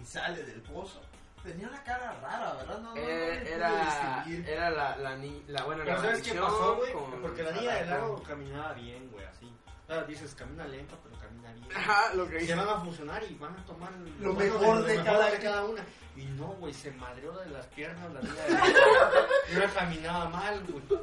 Speaker 1: Y sale del pozo. Tenía una cara rara, ¿verdad?
Speaker 4: Ah,
Speaker 1: No, no, no le
Speaker 3: Eh,
Speaker 1: pude
Speaker 3: Era, eh,
Speaker 1: distinguir.
Speaker 3: era la, la, ni, la buena
Speaker 4: Pero
Speaker 3: la
Speaker 4: ¿sabes qué
Speaker 3: maldición
Speaker 4: pasó, güey?
Speaker 3: con
Speaker 4: Porque la niña del
Speaker 3: Sadayako.
Speaker 4: lago caminaba bien, güey, así. Ahora dices, camina lento, pero camina bien.
Speaker 3: Ajá, lo que
Speaker 4: Y
Speaker 3: dice.
Speaker 4: se van a fusionar y van a tomar
Speaker 1: Lo
Speaker 4: bueno
Speaker 1: mejor de cada-
Speaker 4: una. Y no, güey, se madreó de las piernas la niña del lago. Y una caminaba mal, güey.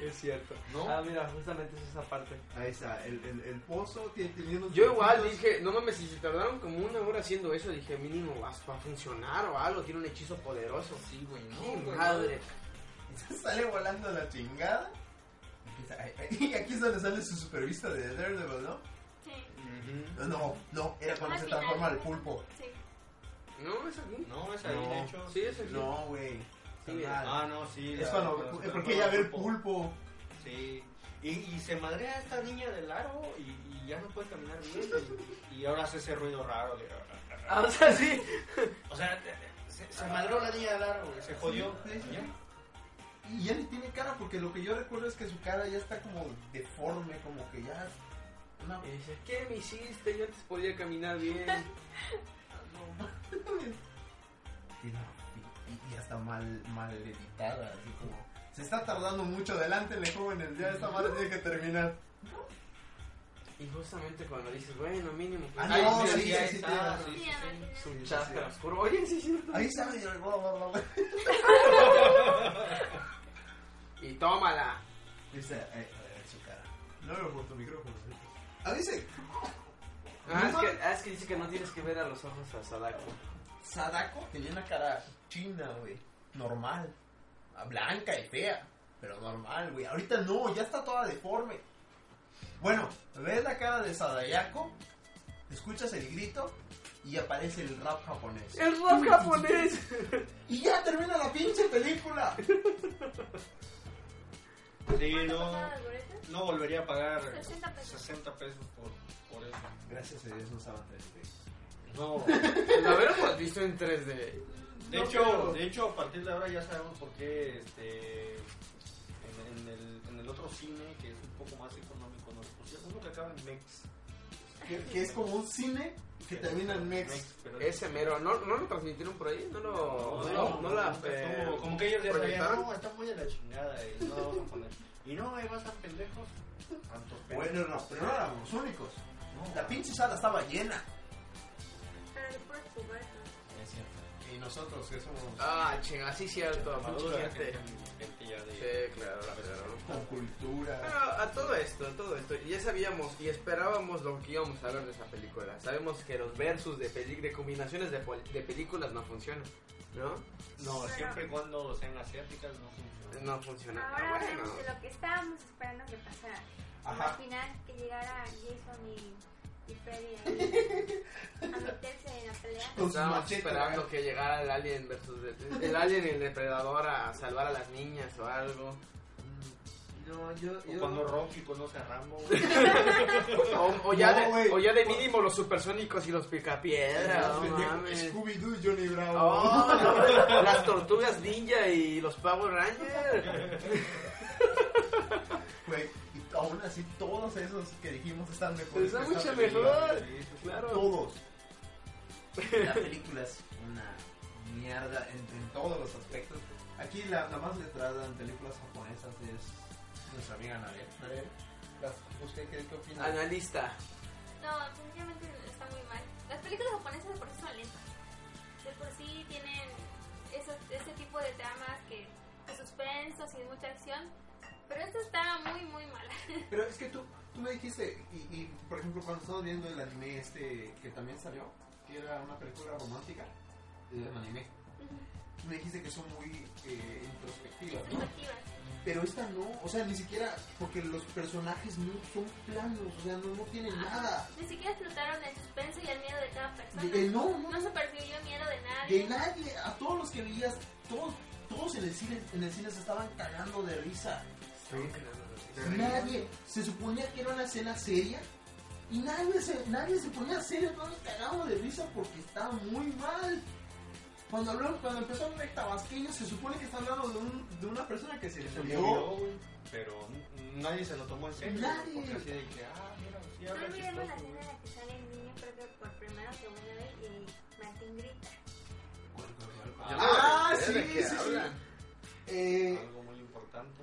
Speaker 3: Es cierto.
Speaker 4: ¿No?
Speaker 7: Ah, mira, justamente es esa parte.
Speaker 1: Ahí está, el, el, el pozo tiene, tenía unos
Speaker 3: Yo igual
Speaker 1: dibujitos.
Speaker 3: dije, no mames, si se tardaron como una hora haciendo eso, dije, mínimo va va a funcionar o algo, tiene un hechizo poderoso.
Speaker 4: Sí, güey, no,
Speaker 3: ¡Qué
Speaker 4: güey.
Speaker 3: madre!
Speaker 1: Sale volando la chingada. Empieza- ay, ay, Y aquí es donde sale su supervista de Daredevil, ¿no?
Speaker 2: Sí.
Speaker 4: Ujú.
Speaker 1: No, no, no, era cuando
Speaker 2: Al
Speaker 1: se
Speaker 2: final.
Speaker 1: transforma al pulpo.
Speaker 2: Sí.
Speaker 3: No, es aquí.
Speaker 4: No, es ahí,
Speaker 1: No.
Speaker 4: de hecho.
Speaker 3: Sí, es aquí.
Speaker 1: No, güey.
Speaker 3: Sí,
Speaker 1: carnal.
Speaker 4: Ah, no, sí.
Speaker 1: es
Speaker 4: la-
Speaker 1: cuando.
Speaker 4: la-
Speaker 1: es porque ella ve el
Speaker 4: pulpo.
Speaker 1: pulpo.
Speaker 4: Sí. Y, y se madrea a esta niña del aro y, y ya no puede caminar bien. Y, y ahora hace ese ruido raro. de-
Speaker 7: Ah, o sea, sí.
Speaker 4: O sea, se, se madreó la niña del aro, güey, se jodió.
Speaker 1: Sí, sí.
Speaker 4: Y ya.
Speaker 1: Y ya ni tiene cara, porque lo que yo recuerdo es que su cara ya está como deforme, como que ya. Una.
Speaker 3: ah, Y dice, ¿qué me hiciste? Yo antes podía caminar bien.
Speaker 1: Y, no, y- y- y ya está mal, mal editada, así como. Se está tardando mucho, adelante, le jóvenes, ya esta madre tiene que terminar.
Speaker 3: Y justamente cuando dices, bueno, mínimo.
Speaker 1: Ah,
Speaker 3: Ay,
Speaker 1: no,
Speaker 3: mira,
Speaker 1: sí,
Speaker 3: ahí
Speaker 1: sí,
Speaker 3: está,
Speaker 1: sí,
Speaker 3: sí,
Speaker 2: Sí,
Speaker 3: sí,
Speaker 2: al
Speaker 3: sí.
Speaker 2: final.
Speaker 3: Es un chasca oscuro. Oye, sí, es cierto.
Speaker 1: Ahí sabe, y- bla, bla, bla, bla.
Speaker 3: Y tómala.
Speaker 1: Dice, eh, a ver, su cara. No me por tu micrófono. Ah, dice,
Speaker 3: Ah, es
Speaker 1: No,
Speaker 3: que, ah, es que dice que no tienes que ver a los ojos a Sadako.
Speaker 1: Sadako tenía una cara china, güey. Normal. Ah, Blanca y fea. Pero normal, güey. Ahorita no, ya está toda deforme. Bueno, ves la cara de Sadayako, escuchas el grito y aparece el rap japonés.
Speaker 3: ¡El rock japonés!
Speaker 1: Y ya termina la pinche película.
Speaker 4: Sí,
Speaker 2: ¿Cuánto
Speaker 4: no,
Speaker 2: costaba la boleta?
Speaker 4: no volvería a pagar
Speaker 2: 60 pesos.
Speaker 4: 60 pesos por, por eso.
Speaker 1: Gracias a Dios no saben tres
Speaker 4: No.
Speaker 3: Lo habíamos visto en 3D.
Speaker 4: De,
Speaker 1: No,
Speaker 4: hecho,
Speaker 1: pero-
Speaker 4: de hecho, a partir de ahora ya sabemos por qué este, en, en el, en el otro cine, que es un poco más económico, nos pusieron uno que acaba en Mex.
Speaker 1: que, que es como un cine que termina en Mex.
Speaker 4: pero-
Speaker 3: Ese mero, ¿no, no lo transmitieron por ahí? ¿No lo.?
Speaker 4: No,
Speaker 3: No, no la. eh,
Speaker 4: estuvo- como que ellos ya sabían,
Speaker 3: proyectaron?
Speaker 4: no, está muy de la chingada y no la vamos a poner. Y no, ahí vas a pendejos. Tantos pendejos.
Speaker 1: Bueno, no, pero no éramos los únicos.
Speaker 4: No,
Speaker 1: La pinche sala estaba llena.
Speaker 2: Pero de puras cubetas.
Speaker 1: Y nosotros que somos
Speaker 3: Ah, chinga, sí, cierto.
Speaker 4: madura,
Speaker 3: Mucha gente.
Speaker 4: gente ya de-
Speaker 3: Sí, claro, la pegaron.
Speaker 1: con
Speaker 3: Pero
Speaker 1: cultura.
Speaker 3: a todo esto, a todo esto, ya sabíamos y esperábamos lo que íbamos a ver de esa película. Sabemos que los versus de, peli- de combinaciones de, pol- de películas no funcionan, ¿no?
Speaker 4: No, siempre y cuando sean asiáticas no funciona.
Speaker 3: No funcionan. Ah,
Speaker 2: Ahora
Speaker 3: bueno,
Speaker 2: hablemos de lo que estábamos esperando que pasara. Como
Speaker 1: Ajá.
Speaker 2: Al final, que llegara Jason y, y Freddy ahí a meterse en la pelea.
Speaker 1: Con su
Speaker 3: estábamos
Speaker 1: machete,
Speaker 3: esperando que llegara el alien versus de- el alien y el depredador a salvar a las niñas o algo. No, yo,
Speaker 4: O cuando Rocky conoce a Rambo. güey.
Speaker 3: o, o ya
Speaker 1: No, güey.
Speaker 3: de, o ya de mínimo los supersónicos y los picapiedra. no mames.
Speaker 1: Scooby-Doo y Johnny Bravo.
Speaker 3: Oh, no, las tortugas ninja y los Power Rangers.
Speaker 1: Güey, y aún así todos esos que dijimos están mejores.
Speaker 3: Está
Speaker 1: que
Speaker 3: mucho
Speaker 1: esta película.
Speaker 3: mejor.
Speaker 4: Sí, sí, sí.
Speaker 3: Claro.
Speaker 1: Todos. La película es una mierda en, en todos los aspectos. Aquí la, la más letrada en películas japonesas es nuestra amiga Nadia. Nadia, las- ¿usted qué, qué opina?
Speaker 3: Analista.
Speaker 2: No, sencillamente está muy mal. Las películas japonesas de por sí son lentas. De por sí tienen esos, ese tipo de tramas que de suspensos y de mucha acción. Pero esta está muy, muy mala.
Speaker 1: Pero es que tú, tú me dijiste, y, y, por ejemplo cuando estabas viendo el anime este que también salió, que era una película romántica, era un anime, tú me dijiste que son muy eh, introspectivas, ¿no?
Speaker 2: Expectativas.
Speaker 1: Pero esta no, o sea, ni siquiera, porque los personajes no son planos, o sea, no, no tienen
Speaker 2: Ah,
Speaker 1: nada.
Speaker 2: Ni siquiera explotaron el suspenso y el miedo de cada persona.
Speaker 1: De- de- no, no.
Speaker 2: No se percibió miedo de nadie.
Speaker 1: De nadie, a todos los que veías, todos, todos en el cine, en el cine se estaban cagando de risa. Nadie, se suponía que era una escena seria
Speaker 8: Y nadie se, nadie se ponía serio, todos nos cagábamos de risa porque estaba muy mal. Cuando, habló, cuando empezó a hablar de tabasqueño, se supone que está hablando de, un- de una persona que se le
Speaker 4: Se
Speaker 8: murió.
Speaker 4: murió, güey, pero n- nadie se lo tomó en serio.
Speaker 8: Nadie.
Speaker 4: Porque así de que, ah, mira, sí
Speaker 2: No
Speaker 4: habla
Speaker 2: olvidemos la escena
Speaker 4: chistoso, güey.
Speaker 2: en la que sale el niño, creo que por primera o segunda vez, y Martín grita.
Speaker 8: Ah,
Speaker 3: ¿De
Speaker 8: sí,
Speaker 3: qué
Speaker 8: sí, sí.
Speaker 3: hablan?
Speaker 8: Eh,
Speaker 4: Algo muy importante.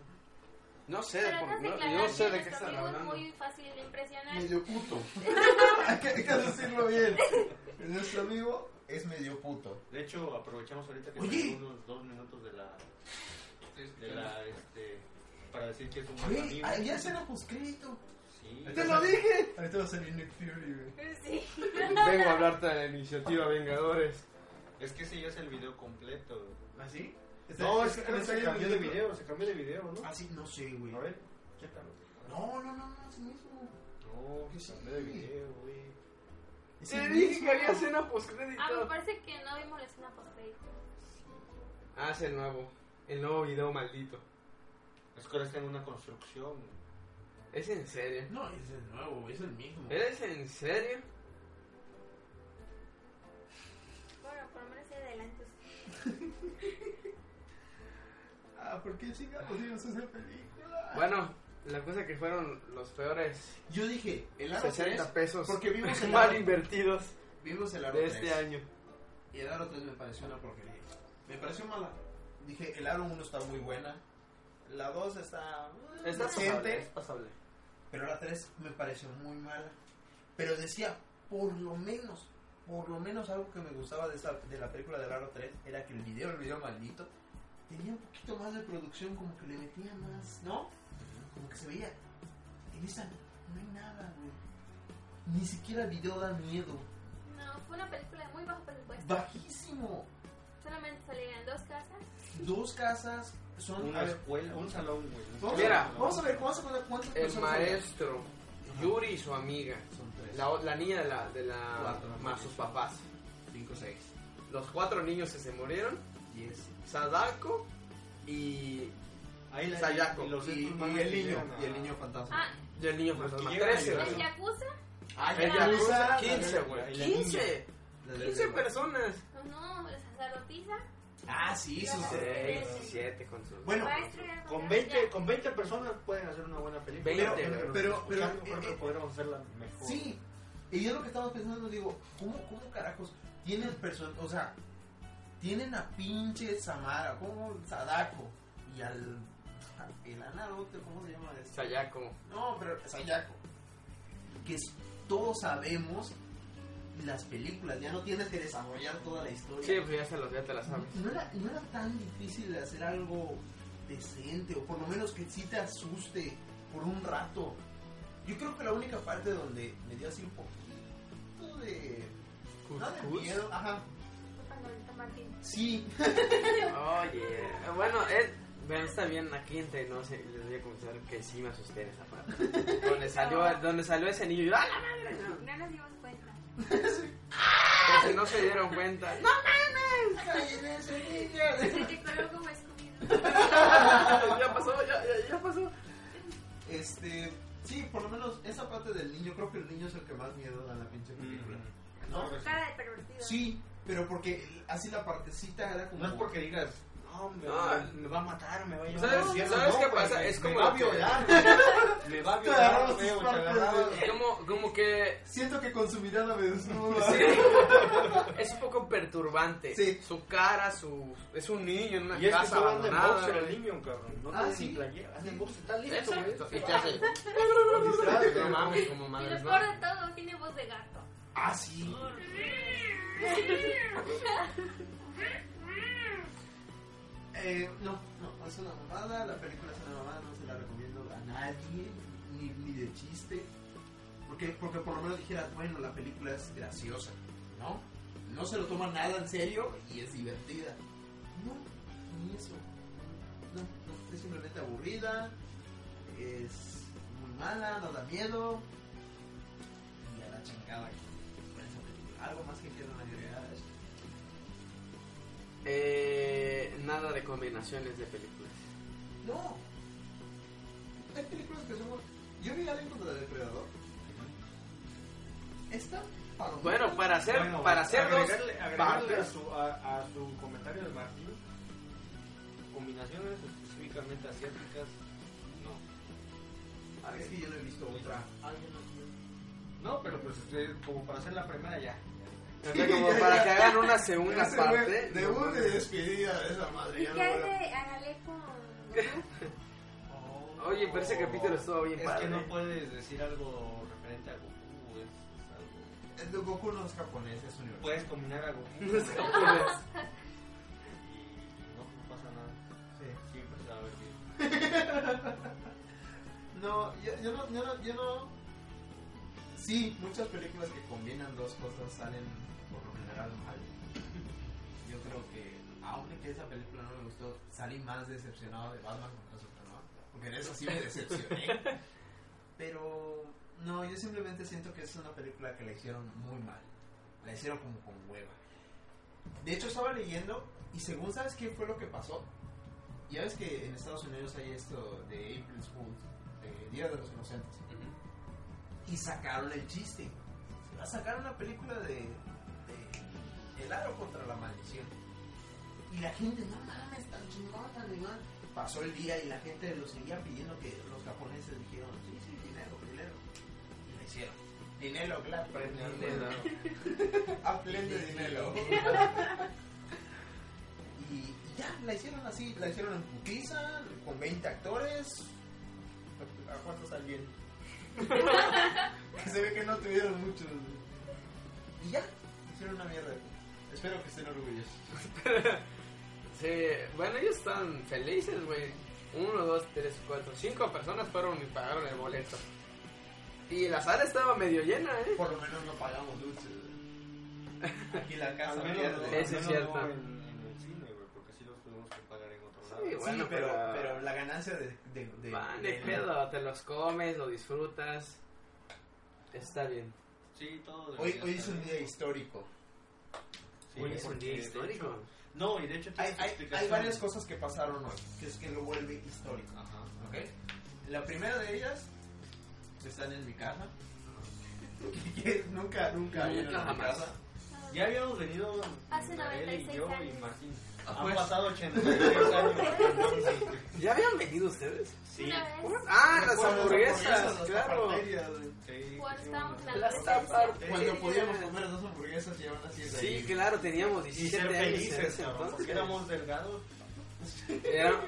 Speaker 3: No sé,
Speaker 2: Pero
Speaker 3: por-
Speaker 2: no
Speaker 3: no,
Speaker 2: se
Speaker 3: yo no sé de qué
Speaker 2: nuestro
Speaker 3: están
Speaker 2: amigo es
Speaker 3: hablando.
Speaker 2: muy fácil de impresionar.
Speaker 8: medio puto. hay, que, hay que decirlo bien.
Speaker 1: Nuestro amigo es medio puto.
Speaker 4: De hecho, aprovechamos ahorita que
Speaker 8: Oye.
Speaker 4: tenemos unos dos minutos de la. de la. este. para decir que es un buen
Speaker 8: Güey,
Speaker 4: amigo.
Speaker 1: Ah,
Speaker 8: allá se lo poscrito.
Speaker 4: Sí.
Speaker 8: ¡Te lo dije! Ahorita va a salir Nick Fury, güey.
Speaker 2: Sí.
Speaker 3: Vengo a hablarte de la iniciativa Vengadores.
Speaker 4: Es que ese ya es el video completo. güey.
Speaker 5: ¿Así?
Speaker 4: No, es que creo que se cambió de video, se cambió de video,
Speaker 1: Ah,
Speaker 4: ¿no?
Speaker 5: Así, no sé, güey.
Speaker 4: A ver, chécalo.
Speaker 8: No, no, no, no, sí mismo.
Speaker 4: No, que se cambió de video, güey.
Speaker 3: Te dije que había escena postcrédito.
Speaker 2: A mí Ah, me parece que no vimos la escena post-crédito.
Speaker 3: Ah, es el nuevo. El nuevo video maldito.
Speaker 4: Es que ahora está en una construcción. güey.
Speaker 3: ¿Es en serio?
Speaker 5: No, es el nuevo, es el mismo.
Speaker 1: Eh.
Speaker 3: ¿Es en serio?
Speaker 2: Bueno, por lo menos se adelante.
Speaker 8: Ah, ¿por qué chingados ibas a hacer película?
Speaker 3: Bueno, la cosa que fueron los peores
Speaker 1: Yo dije, el aro
Speaker 3: 60
Speaker 1: tres,
Speaker 3: pesos
Speaker 1: Porque vimos el
Speaker 3: mal
Speaker 1: aro,
Speaker 3: invertidos
Speaker 1: vimos el aro
Speaker 3: de este
Speaker 1: tres,
Speaker 3: año.
Speaker 1: Y el aro 3 me pareció una porquería. Me pareció mala. Dije, el aro 1 está muy buena. La 2 está. mm,
Speaker 3: Está pasable, es
Speaker 1: decente.
Speaker 3: pasable.
Speaker 1: Pero la 3 me pareció muy mala. Pero decía, por lo menos, por lo menos algo que me gustaba de, esa, de la película del Aro 3 era que el video, el video maldito, tenía un poquito más de producción, como que le metía más, ¿no? Como que se veía. En esa no hay nada, güey. Ni siquiera el video da miedo.
Speaker 2: No, fue una película de muy bajo presupuesto.
Speaker 1: Bajísimo.
Speaker 2: Solamente salían dos casas.
Speaker 1: Dos casas son.
Speaker 4: Una
Speaker 1: a ver,
Speaker 4: escuela, un salón, güey. un
Speaker 1: vamos a-
Speaker 3: Mira,
Speaker 4: salón.
Speaker 1: vamos a ver, vamos a ver cuántas
Speaker 3: El
Speaker 1: personas son.
Speaker 3: maestro, Yuri y su amiga,
Speaker 1: Son tres.
Speaker 3: la, o- la niña de la, de la-
Speaker 1: Cuatro.
Speaker 3: más sus papás,
Speaker 1: 5, 6,
Speaker 3: los cuatro niños que se murieron,
Speaker 1: 10.
Speaker 3: Sadako y,
Speaker 4: Ahí la-
Speaker 3: Sayako.
Speaker 4: los
Speaker 1: Y,
Speaker 4: estos manes
Speaker 1: y el
Speaker 4: que
Speaker 1: niño,
Speaker 4: llegan a-
Speaker 1: y el niño fantasma.
Speaker 2: Ah,
Speaker 3: y el niño
Speaker 4: Los que
Speaker 3: fantasma.
Speaker 4: llegan a
Speaker 3: 13,
Speaker 4: llorar.
Speaker 2: el
Speaker 3: güey.
Speaker 2: Yakuza.
Speaker 1: Ah,
Speaker 3: El
Speaker 2: ya.
Speaker 3: Yakuza,
Speaker 1: La-
Speaker 3: 15, güey.
Speaker 4: la- la-
Speaker 3: 15, 15 personas.
Speaker 2: No, no, la sacerdotisa.
Speaker 1: Ah, sí,
Speaker 2: sus-
Speaker 1: sus.
Speaker 2: Sí.
Speaker 3: 6, 7 con su...
Speaker 1: Bueno,
Speaker 2: maestro y el
Speaker 4: Con
Speaker 2: fantasma.
Speaker 4: 20, con 20 personas pueden hacer una buena película.
Speaker 3: Veinte,
Speaker 4: pero,
Speaker 3: pero-
Speaker 4: pero,
Speaker 1: pero-
Speaker 4: mejor que
Speaker 1: eh, eh,
Speaker 4: podríamos hacerla mejor.
Speaker 1: sí. Y yo lo que estaba pensando, digo, ¿cómo, cómo carajos tienen personas, o sea, tienen a pinche Samara, como Sadako, y al, al el anarote, ¿cómo se llama? Este?
Speaker 3: Sayako.
Speaker 1: No, pero Sayako. Que es- todos sabemos las películas, ya no tienes que desarrollar toda la historia.
Speaker 3: Sí, pues ya se los ya te la sabes.
Speaker 1: no era, no era tan difícil hacer algo decente o por lo menos que sí te asuste por un rato. Yo creo que la única parte donde me dio así un poquito de... No de
Speaker 3: Cuscús.
Speaker 1: miedo, ajá.
Speaker 2: Fue cuando entró Martín.
Speaker 1: Sí.
Speaker 3: Oye, bueno, es, vean, está bien aquí entre no sé, les voy a confesar que sí me asusté en esa parte. donde salió, donde salió ese niño, yo, ¡ah, la madre! No.
Speaker 2: No nos dimos cuenta.
Speaker 3: Por si no se dieron cuenta. ¡No!
Speaker 2: Se te coló como escubido.
Speaker 3: ya pasó, ya, ya, ya pasó.
Speaker 1: Este... Sí, por lo menos esa parte del niño, creo que el niño es el que más miedo da en la pinche película.
Speaker 3: Mm,
Speaker 4: Mm.
Speaker 1: ¿No?
Speaker 2: Con su cara de pervertido.
Speaker 1: Sí, pero porque así la partecita era como...
Speaker 4: No es porque digas, no, me,
Speaker 3: Ah.
Speaker 4: me va a matar, me va a llevar.
Speaker 3: ¿Sabes-
Speaker 4: al cielo".
Speaker 3: sabes
Speaker 4: No,
Speaker 3: qué
Speaker 4: güey,
Speaker 3: pasa?
Speaker 4: me-
Speaker 3: Es
Speaker 4: me
Speaker 3: como
Speaker 4: va a
Speaker 3: que-
Speaker 4: violar. güey. me va a violar,
Speaker 1: agarrabas
Speaker 4: güey,
Speaker 1: tus
Speaker 4: te agarrabas.
Speaker 1: partes
Speaker 3: Es como, como que
Speaker 1: Siento que con su mirada me desnuda.
Speaker 3: es un poco perturbante.
Speaker 1: Sí.
Speaker 3: Su cara, su. Es un niño en una
Speaker 4: Y es que
Speaker 3: casa
Speaker 4: todo anda en boxer
Speaker 3: abandonada.
Speaker 4: el niño, cabrón. No
Speaker 1: Ah,
Speaker 4: tiene
Speaker 1: sí.
Speaker 4: ni playera, anda en boxer, está listo, güey.
Speaker 3: Exacto. Y te hace. No mames, como
Speaker 2: Y
Speaker 3: madre.
Speaker 2: lo peor de todo, tiene voz de gato.
Speaker 1: Ah, sí. Eh, no, no, es una mamada. La película es una mamada, no se la recomiendo a nadie, ni, ni de chiste. Porque, porque por lo menos dijeras, bueno, la película es graciosa, ¿no? No se lo toma nada en serio y es divertida. No, ni eso. No, no, es simplemente aburrida, es muy mala, no da miedo. Y a la chingada con esa película. Algo más que quieran agregar.
Speaker 3: Eh, nada de combinaciones de películas.
Speaker 1: No. Hay películas que son... Yo vi Alien contra el Depredador. Esta palomita.
Speaker 3: Bueno, para hacer, para hacer dos
Speaker 4: agregarle, agregarle a,
Speaker 3: partes.
Speaker 4: su, a, a su comentario de Martín, combinaciones específicamente asiáticas, no.
Speaker 1: Ah, es que yo no he visto otra.
Speaker 4: No, pero pues este, como para hacer la primera ya.
Speaker 3: O sea, como para que hagan una segunda
Speaker 1: Ese fue
Speaker 3: parte.
Speaker 1: De una de despedida de esa madre.
Speaker 2: ¿Y
Speaker 1: Ya
Speaker 2: qué
Speaker 1: no
Speaker 2: hay
Speaker 1: voy a-
Speaker 2: de Agalé con.?
Speaker 3: Oye, pero ese capítulo estuvo bien
Speaker 4: Es
Speaker 3: padre.
Speaker 4: que no puedes decir algo referente a Goku, es, es algo...
Speaker 1: El de Goku no es japonés, es universal.
Speaker 4: Puedes combinar a Goku
Speaker 3: No sé cómo es.
Speaker 4: y no, no pasa nada.
Speaker 1: Sí.
Speaker 4: Siempre se va a ver bien.
Speaker 1: No, yo, yo no, yo no, yo no. Sí, muchas películas que combinan dos cosas salen por lo general mal. Yo creo que, aunque esa película no me gustó, salí más decepcionado de Batman contra Superman. Porque en eso sí me decepcioné. Pero, no, yo simplemente siento que es una película que la hicieron muy mal. La hicieron como con hueva. De hecho, estaba leyendo y según sabes qué fue lo que pasó, ya ves que en Estados Unidos hay esto de April Fool, de Día de los Inocentes. Y sacaron el chiste. Sacaron la película de, de El Aro contra la Maldición. Y la gente, no mames, tan chingón, tan chingón. Pasó el día y la gente lo seguía pidiendo que los japoneses dijeron, sí, sí, dinero, dinero. Y lo hicieron. Dinero, claro. A pleno dinero. Y, y ya, la hicieron así, la hicieron en putiza, con 20 actores. ¿A cuántos alguien? que se ve que no tuvieron muchos. Y ya, hicieron una mierda. Espero que estén orgullosos.
Speaker 3: Sí, bueno, ellos están felices, güey. Uno, dos, tres, cuatro, cinco personas fueron y pagaron el boleto. Y la sala estaba medio llena, ¿eh?
Speaker 1: Por lo menos no pagamos dulces. Aquí la casa
Speaker 4: Al menos,
Speaker 1: pierde.
Speaker 4: no-
Speaker 3: Eso es
Speaker 4: al menos
Speaker 3: cierto.
Speaker 4: no en, en el cine, güey, porque sí los tuvimos que pagar en otro lado.
Speaker 3: Sí,
Speaker 1: Sí,
Speaker 3: bueno,
Speaker 1: pero,
Speaker 3: pero-
Speaker 1: pero la ganancia de... de, de-
Speaker 3: Van de
Speaker 1: de-
Speaker 3: pedo, te los comes, lo disfrutas. Está bien.
Speaker 4: Sí, todo
Speaker 1: Hoy,
Speaker 4: debería
Speaker 1: hoy es
Speaker 4: estar
Speaker 1: un
Speaker 4: bien.
Speaker 1: día histórico.
Speaker 4: Sí,
Speaker 3: Hoy es un
Speaker 4: porque,
Speaker 3: día
Speaker 4: de
Speaker 3: histórico.
Speaker 4: hecho- no, y de hecho
Speaker 1: Hay,
Speaker 4: tiene su
Speaker 1: hay, hay
Speaker 4: explicación.
Speaker 1: varias cosas que pasaron hoy, que es que lo vuelve histórico.
Speaker 4: Ajá.
Speaker 1: ¿ok? La primera de ellas están en mi casa. Que nunca, nunca vieron en mi
Speaker 3: jamás.
Speaker 1: casa.
Speaker 4: Ya habíamos venido
Speaker 2: Hace
Speaker 4: Nael y
Speaker 2: 96
Speaker 4: yo y
Speaker 2: años.
Speaker 4: Martín.
Speaker 3: Ah,
Speaker 4: Han
Speaker 3: pues.
Speaker 4: pasado 86 años.
Speaker 3: ¿Ya habían venido ustedes?
Speaker 4: Sí.
Speaker 2: Una vez,
Speaker 3: Ah, las
Speaker 1: Recuerdo
Speaker 3: hamburguesas,
Speaker 1: las
Speaker 3: claro.
Speaker 1: tapaterías, güey.
Speaker 4: Sí,
Speaker 2: cuando estábamos en la
Speaker 3: Las
Speaker 2: adolescencia.
Speaker 3: tapas.
Speaker 1: Cuando
Speaker 3: Sí.
Speaker 1: podíamos comer dos hamburguesas y aún así es
Speaker 3: Sí, claro, teníamos
Speaker 4: Y ser
Speaker 3: 17 años en
Speaker 4: felices,
Speaker 3: ese
Speaker 4: cabrón, porque
Speaker 3: entonces.
Speaker 4: éramos delgados
Speaker 3: Era-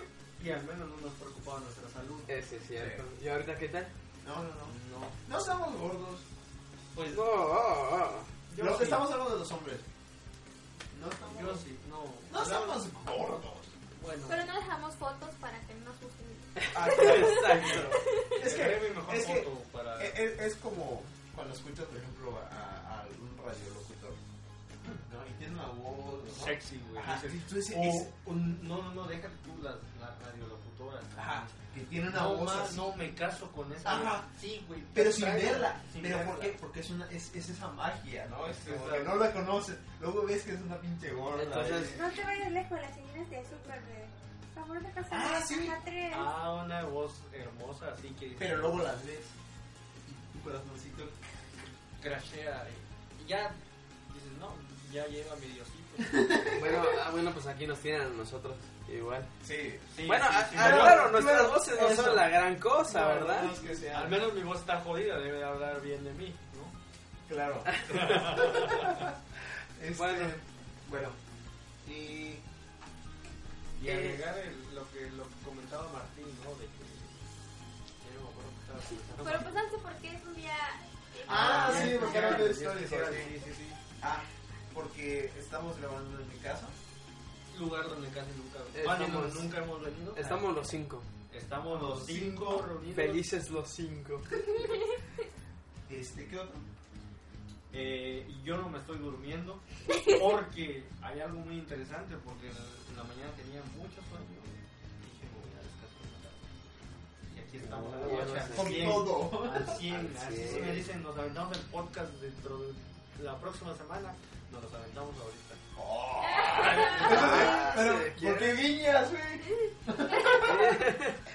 Speaker 4: y al menos no nos preocupaba nuestra salud.
Speaker 3: Ese es cierto. ¿Y ahorita qué tal?
Speaker 1: No, no, no.
Speaker 4: No,
Speaker 1: No estamos gordos.
Speaker 4: pues
Speaker 3: No, oh,
Speaker 4: Yo
Speaker 1: Los-
Speaker 4: sí.
Speaker 1: Estamos hablando de los hombres. No estamos,
Speaker 4: yo sí, no.
Speaker 1: no estamos gordos.
Speaker 4: Bueno,
Speaker 2: Pero no dejamos fotos para que no nos juzguen.
Speaker 1: Ah,
Speaker 3: Exacto.
Speaker 1: Es que,
Speaker 4: agarré mi mejor
Speaker 1: es que eh,
Speaker 4: foto para.
Speaker 1: Es, es- es como cuando escuchas, por ejemplo, a, a- a un radiolocutor. ¿no? Y tiene una voz. ¿no?
Speaker 4: Sexy, güey.
Speaker 1: Ajá,
Speaker 4: dices,
Speaker 1: y tú dices,
Speaker 4: o-
Speaker 1: es-
Speaker 4: o no, no, no, deja tú las, las radiolocutoras.
Speaker 1: Ajá, que tiene una
Speaker 4: No,
Speaker 1: voz
Speaker 4: ma,
Speaker 1: así.
Speaker 4: no me caso con esa.
Speaker 1: Ajá.
Speaker 4: Sí, güey.
Speaker 1: Pero sin
Speaker 4: Tráela,
Speaker 1: verla.
Speaker 4: sin
Speaker 1: pero ¿por
Speaker 4: verla.
Speaker 1: qué? Porque es, una, es, es esa magia, ¿no? Es
Speaker 4: Es
Speaker 1: como
Speaker 4: esa-
Speaker 1: que no la conoces. Luego ves que es una pinche gorda.
Speaker 3: Entonces-
Speaker 1: y-
Speaker 9: No te vayas lejos, las señoras de azúcar
Speaker 2: eh,
Speaker 9: de favor de casa.
Speaker 1: Ah, sí.
Speaker 9: tres.
Speaker 4: Ah, una voz hermosa, así que. dices,
Speaker 1: Pero luego las ves. Y tu corazoncito.
Speaker 4: crashea y y ya dices no ya llega mi diosito
Speaker 3: Bueno, ah, bueno, pues aquí nos tienen a nosotros igual.
Speaker 1: Sí.
Speaker 4: Sí,
Speaker 3: bueno,
Speaker 4: sí,
Speaker 3: ah,
Speaker 4: sí,
Speaker 3: ah,
Speaker 4: no,
Speaker 3: claro, nuestras
Speaker 1: claro,
Speaker 3: voces no
Speaker 1: eso.
Speaker 3: son la gran cosa, ¿verdad?
Speaker 1: No es que sea-
Speaker 4: al menos mi voz está jodida debe de hablar bien de mí no
Speaker 1: Claro. Este,
Speaker 3: Bueno.
Speaker 1: Bueno. Y.
Speaker 4: y
Speaker 3: Eh.
Speaker 4: agregar el- lo que lo que comentaba Martín no de que ya no me acuerdo qué estaba
Speaker 2: Pero
Speaker 4: comentando Martín.
Speaker 2: pues antes porque es un día. eh, pues,
Speaker 1: Ah,
Speaker 4: Bien,
Speaker 1: sí, porque
Speaker 4: bien,
Speaker 1: era de
Speaker 4: bien,
Speaker 1: historias,
Speaker 4: bien,
Speaker 1: ahora
Speaker 4: sí sí sí
Speaker 1: Ah, porque estamos grabando en mi casa.
Speaker 4: lugar donde casi nunca bueno,
Speaker 3: Estamos-
Speaker 4: nunca hemos venido
Speaker 3: Estamos los cinco.
Speaker 4: estamos los cinco reunidos
Speaker 3: Felices los cinco.
Speaker 1: Este, ¿qué otro?
Speaker 4: Eh, y yo no me estoy durmiendo porque hay algo muy interesante porque en en la mañana tenía mucho sueño dije me voy a descansar en la tarde y aquí estamos a la
Speaker 3: Oh,
Speaker 4: noche, al
Speaker 1: Con
Speaker 4: 100,
Speaker 1: todo.
Speaker 4: al
Speaker 3: Al
Speaker 4: 100 así sí
Speaker 3: 100.
Speaker 4: me dicen nos aventamos el podcast dentro de la próxima semana nos los aventamos ahorita
Speaker 3: Ah,
Speaker 1: Pero,
Speaker 3: se
Speaker 1: ¿por
Speaker 3: quiere.
Speaker 1: qué viñas, güey?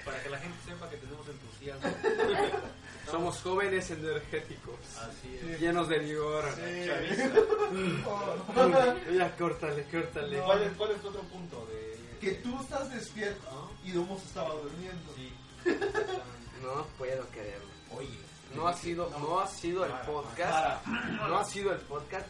Speaker 4: para que la gente sepa que tenemos entusiasmo
Speaker 3: Somos jóvenes energéticos,
Speaker 4: Así es.
Speaker 3: llenos de vigor.
Speaker 4: Chavista.
Speaker 1: Oh.
Speaker 3: Ya, córtale, córtale.
Speaker 4: ¿Cuál es, ¿Cuál es tu otro punto? De... este?
Speaker 1: Que tú estás despierto y Domo se estaba durmiendo.
Speaker 4: Sí.
Speaker 3: No puedo creerlo.
Speaker 10: Oye,
Speaker 3: No ha sido, no ha sido el
Speaker 4: Para,
Speaker 3: podcast. No ha sido el podcast.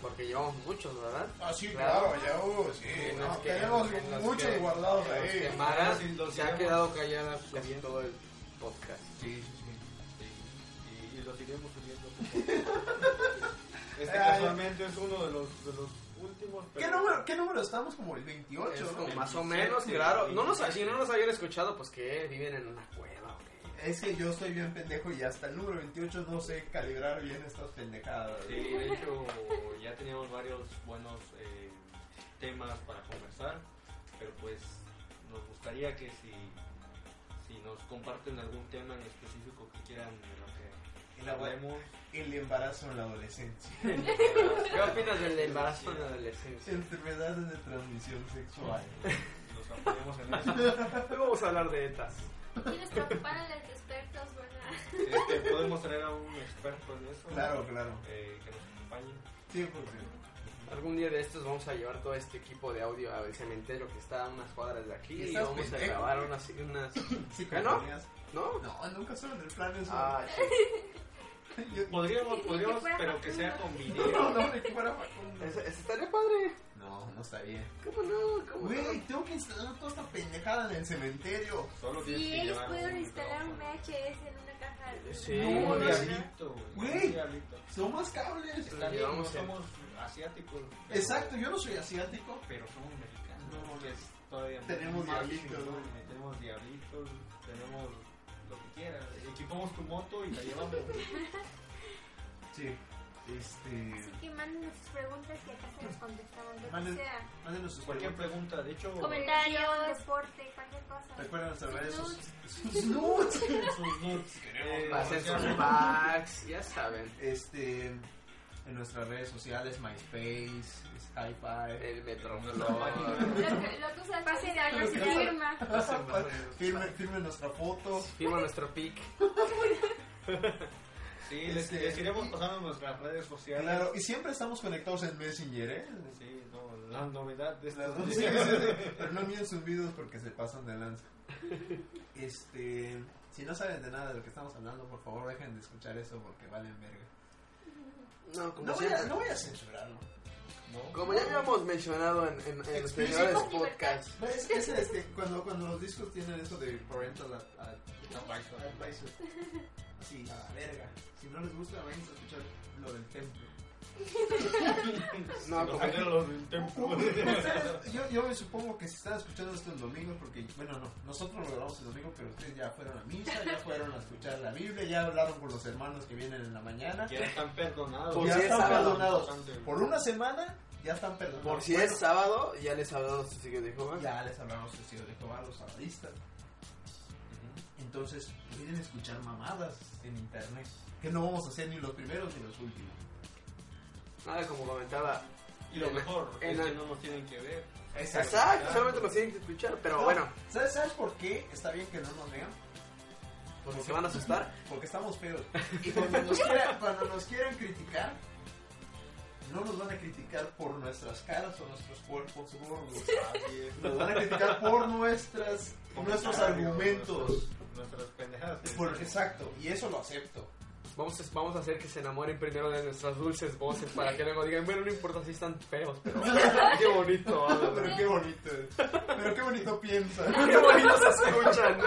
Speaker 3: Porque llevamos muchos, ¿verdad?
Speaker 1: Ah, sí,
Speaker 3: Claro.
Speaker 1: claro, ya hubo, sí.
Speaker 3: En
Speaker 1: no,
Speaker 3: los que-
Speaker 1: tenemos
Speaker 3: en los
Speaker 1: muchos
Speaker 3: que-
Speaker 1: guardados
Speaker 3: en los
Speaker 1: ahí.
Speaker 3: que Mara
Speaker 4: Sí, los
Speaker 3: se ha
Speaker 4: iremos.
Speaker 3: quedado callada casi todo el podcast.
Speaker 4: Sí, sí, sí. Y, y los iremos subiendo. poco a poco. Este
Speaker 1: Ay.
Speaker 4: casualmente es uno de los, de los últimos.
Speaker 1: ¿Qué
Speaker 4: pero-
Speaker 1: número, ¿Qué número estamos? Como el 28,
Speaker 3: Es
Speaker 1: ¿no?
Speaker 3: como más o menos, claro. No nos, si no nos habían escuchado, pues que viven en una cueva. güey.
Speaker 1: Es que yo soy bien pendejo y hasta el número 28 no sé calibrar bien estas pendejadas.
Speaker 4: Sí, de hecho, ya teníamos varios buenos eh, temas para conversar, pero pues nos gustaría que si, si nos comparten algún tema en específico que quieran de lo que
Speaker 1: La web.
Speaker 4: hablemos.
Speaker 1: El embarazo en la adolescencia.
Speaker 3: ¿Qué opinas del embarazo en la adolescencia?
Speaker 1: Enfermedades de transmisión sexual.
Speaker 4: Nos apoyamos en eso.
Speaker 3: Hoy vamos a hablar de ETAs.
Speaker 2: ¿Quiénes preocuparon a los expertos, verdad?
Speaker 4: Este, podemos traer a un experto en eso.
Speaker 1: Claro, claro.
Speaker 4: eh, que nos acompañe.
Speaker 1: 100%.
Speaker 3: Algún día de estos vamos a llevar todo este equipo de audio al cementerio que está a unas cuadras de aquí y
Speaker 1: Estás
Speaker 3: vamos a
Speaker 1: pendejo,
Speaker 3: grabar unas... unas
Speaker 1: Sí,
Speaker 3: ¿Eh, no?
Speaker 1: compañías.
Speaker 3: ¿No?
Speaker 1: No, nunca son en el plan eso.
Speaker 3: Ah,
Speaker 1: Yo-
Speaker 4: Podríamos,
Speaker 2: Que
Speaker 4: podríamos,
Speaker 2: fuera
Speaker 4: pero que sea con
Speaker 2: Facundo.
Speaker 1: no,
Speaker 4: video.
Speaker 1: no, ni que fuera Facundo.
Speaker 3: eso, eso estaría padre.
Speaker 1: No, no está bien.
Speaker 3: ¿Cómo no? ¿Cómo no?
Speaker 1: Güey, tengo que instalar toda esta pendejada en el cementerio.
Speaker 4: Solo tienes
Speaker 2: Sí,
Speaker 4: que
Speaker 2: ellos
Speaker 4: llevar
Speaker 2: pudieron
Speaker 4: un
Speaker 2: instalar un
Speaker 4: micrófono.
Speaker 2: VHS en una caja.
Speaker 3: Sí.
Speaker 1: No,
Speaker 4: Un
Speaker 1: no,
Speaker 2: ¿verdad?
Speaker 4: diablito, güey.
Speaker 1: Güey.
Speaker 4: Un diablito.
Speaker 1: Son más cables.
Speaker 4: Está bien, no
Speaker 3: Llevamos el-
Speaker 4: somos asiáticos. pero-
Speaker 1: Exacto, yo no soy asiático.
Speaker 4: Pero somos mexicanos.
Speaker 1: No,
Speaker 4: que es todavía
Speaker 1: Tenemos
Speaker 4: más
Speaker 1: diablitos,
Speaker 4: chingón,
Speaker 1: ¿no?
Speaker 4: güey. Tenemos diablitos, tenemos lo que quieras. Equipamos tu moto y la llevamos. Pues,
Speaker 1: Sí. Este.
Speaker 2: Así que manden sus preguntas y acá se las contestamos. Lo que
Speaker 1: Manden-
Speaker 2: sea.
Speaker 1: Mándenos sus
Speaker 4: Cualquier
Speaker 1: preguntas.
Speaker 4: pregunta, de hecho,
Speaker 2: Comentarios, deporte, cualquier cosa.
Speaker 1: Recuerden nuestras redes
Speaker 2: Sus
Speaker 1: sociales. Sus nudes.
Speaker 4: sus nudes. Eh,
Speaker 3: Hacen
Speaker 4: o sea,
Speaker 3: sus packs, ya saben.
Speaker 1: Este. En nuestras redes sociales, MySpace, Hi-Fi.
Speaker 3: El Metroflor.
Speaker 2: Lo que, lo que usan
Speaker 11: Pasen a
Speaker 2: para
Speaker 1: nuestra-
Speaker 2: firma.
Speaker 1: Firmen firme nuestra foto.
Speaker 3: Firma nuestro pick.
Speaker 4: Sí, les,
Speaker 1: Este,
Speaker 4: les iremos
Speaker 1: y-
Speaker 4: pasando nuestras redes sociales.
Speaker 1: Claro, y siempre estamos conectados en Messenger, ¿eh?
Speaker 4: Sí, no, la novedad de
Speaker 1: Las
Speaker 4: estas
Speaker 1: dos. Pero no miren sus videos porque se pasan de lanza. Este, si no saben de nada de lo que estamos hablando, por favor dejen de escuchar eso porque valen verga.
Speaker 3: No, como
Speaker 1: No voy, a,
Speaker 3: siempre.
Speaker 1: no voy a censurarlo.
Speaker 4: ¿no?
Speaker 3: Como ya habíamos mencionado en, en, en los
Speaker 1: Explícito.
Speaker 3: anteriores podcasts,
Speaker 1: No, Es, es, este, cuando, cuando los discos tienen eso de parental ad- ad- advisor. Sí, a la verga. Si no les gusta, vayan a escuchar lo del templo.
Speaker 3: no,
Speaker 4: Los
Speaker 3: como,
Speaker 4: ángeles del templo.
Speaker 1: Ustedes- Pues, yo, yo me supongo que si están escuchando esto el domingo, porque, bueno, no, nosotros lo grabamos el domingo, pero ustedes ya fueron a misa, ya fueron a escuchar la Biblia, ya hablaron con los hermanos que vienen en la mañana,
Speaker 4: Ya están perdonados.
Speaker 3: Por
Speaker 1: ya
Speaker 3: si es
Speaker 1: están
Speaker 3: sábado,
Speaker 1: perdonados.
Speaker 4: importante.
Speaker 1: Por una semana, ya están perdonados.
Speaker 3: por si
Speaker 1: Bueno,
Speaker 3: es sábado, ya les hablamos de sitio de Jehová.
Speaker 1: Ya les hablamos de Dios de Jehová, los sabadistas. Entonces, pueden escuchar mamadas en internet, que no vamos a hacer ni los primeros ni los últimos.
Speaker 3: Nada, como comentaba.
Speaker 4: Y lo mejor
Speaker 3: En
Speaker 4: es
Speaker 3: la-
Speaker 4: que no nos tienen que ver.
Speaker 3: Exacto, solamente nos tienen que escuchar, pero
Speaker 1: No,
Speaker 3: bueno,
Speaker 1: ¿sabes, ¿Sabes por qué está bien que no nos vean?
Speaker 3: porque pues se van a asustar.
Speaker 1: Porque estamos feos. Y cuando nos, quiera- cuando nos quieran criticar, no nos van a criticar por nuestras caras o nuestros cuerpos gordos.
Speaker 4: Así es.
Speaker 1: Nos van a criticar por nuestras,
Speaker 4: Comentarios,
Speaker 1: nuestros argumentos.
Speaker 4: nuestros- Nuestras pendejadas. sí.
Speaker 1: Por- exacto, y eso lo acepto.
Speaker 3: Vamos a, vamos a hacer que se enamoren primero de nuestras dulces voces para que luego digan, bueno, no importa si están feos, pero qué bonito ah, hablan.
Speaker 1: Pero qué bonito es. Pero qué bonito piensa.
Speaker 3: Qué bonito se escuchan.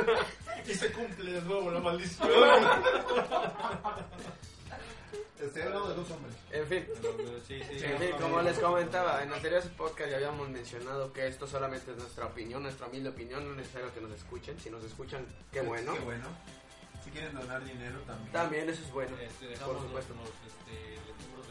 Speaker 4: Y se cumple de nuevo la maldición.
Speaker 1: Estoy hablando de los hombres.
Speaker 3: En fin.
Speaker 4: sí, sí.
Speaker 3: En fin, como les comentaba, en anteriores podcasts ya habíamos mencionado que esto solamente es nuestra opinión, nuestra humilde opinión, no es necesario que nos escuchen, si nos escuchan, qué bueno.
Speaker 1: Qué bueno. Si quieren donar dinero también.
Speaker 3: También eso es bueno,
Speaker 4: Este,
Speaker 3: por
Speaker 4: dejamos
Speaker 3: supuesto.
Speaker 4: nuestros este, números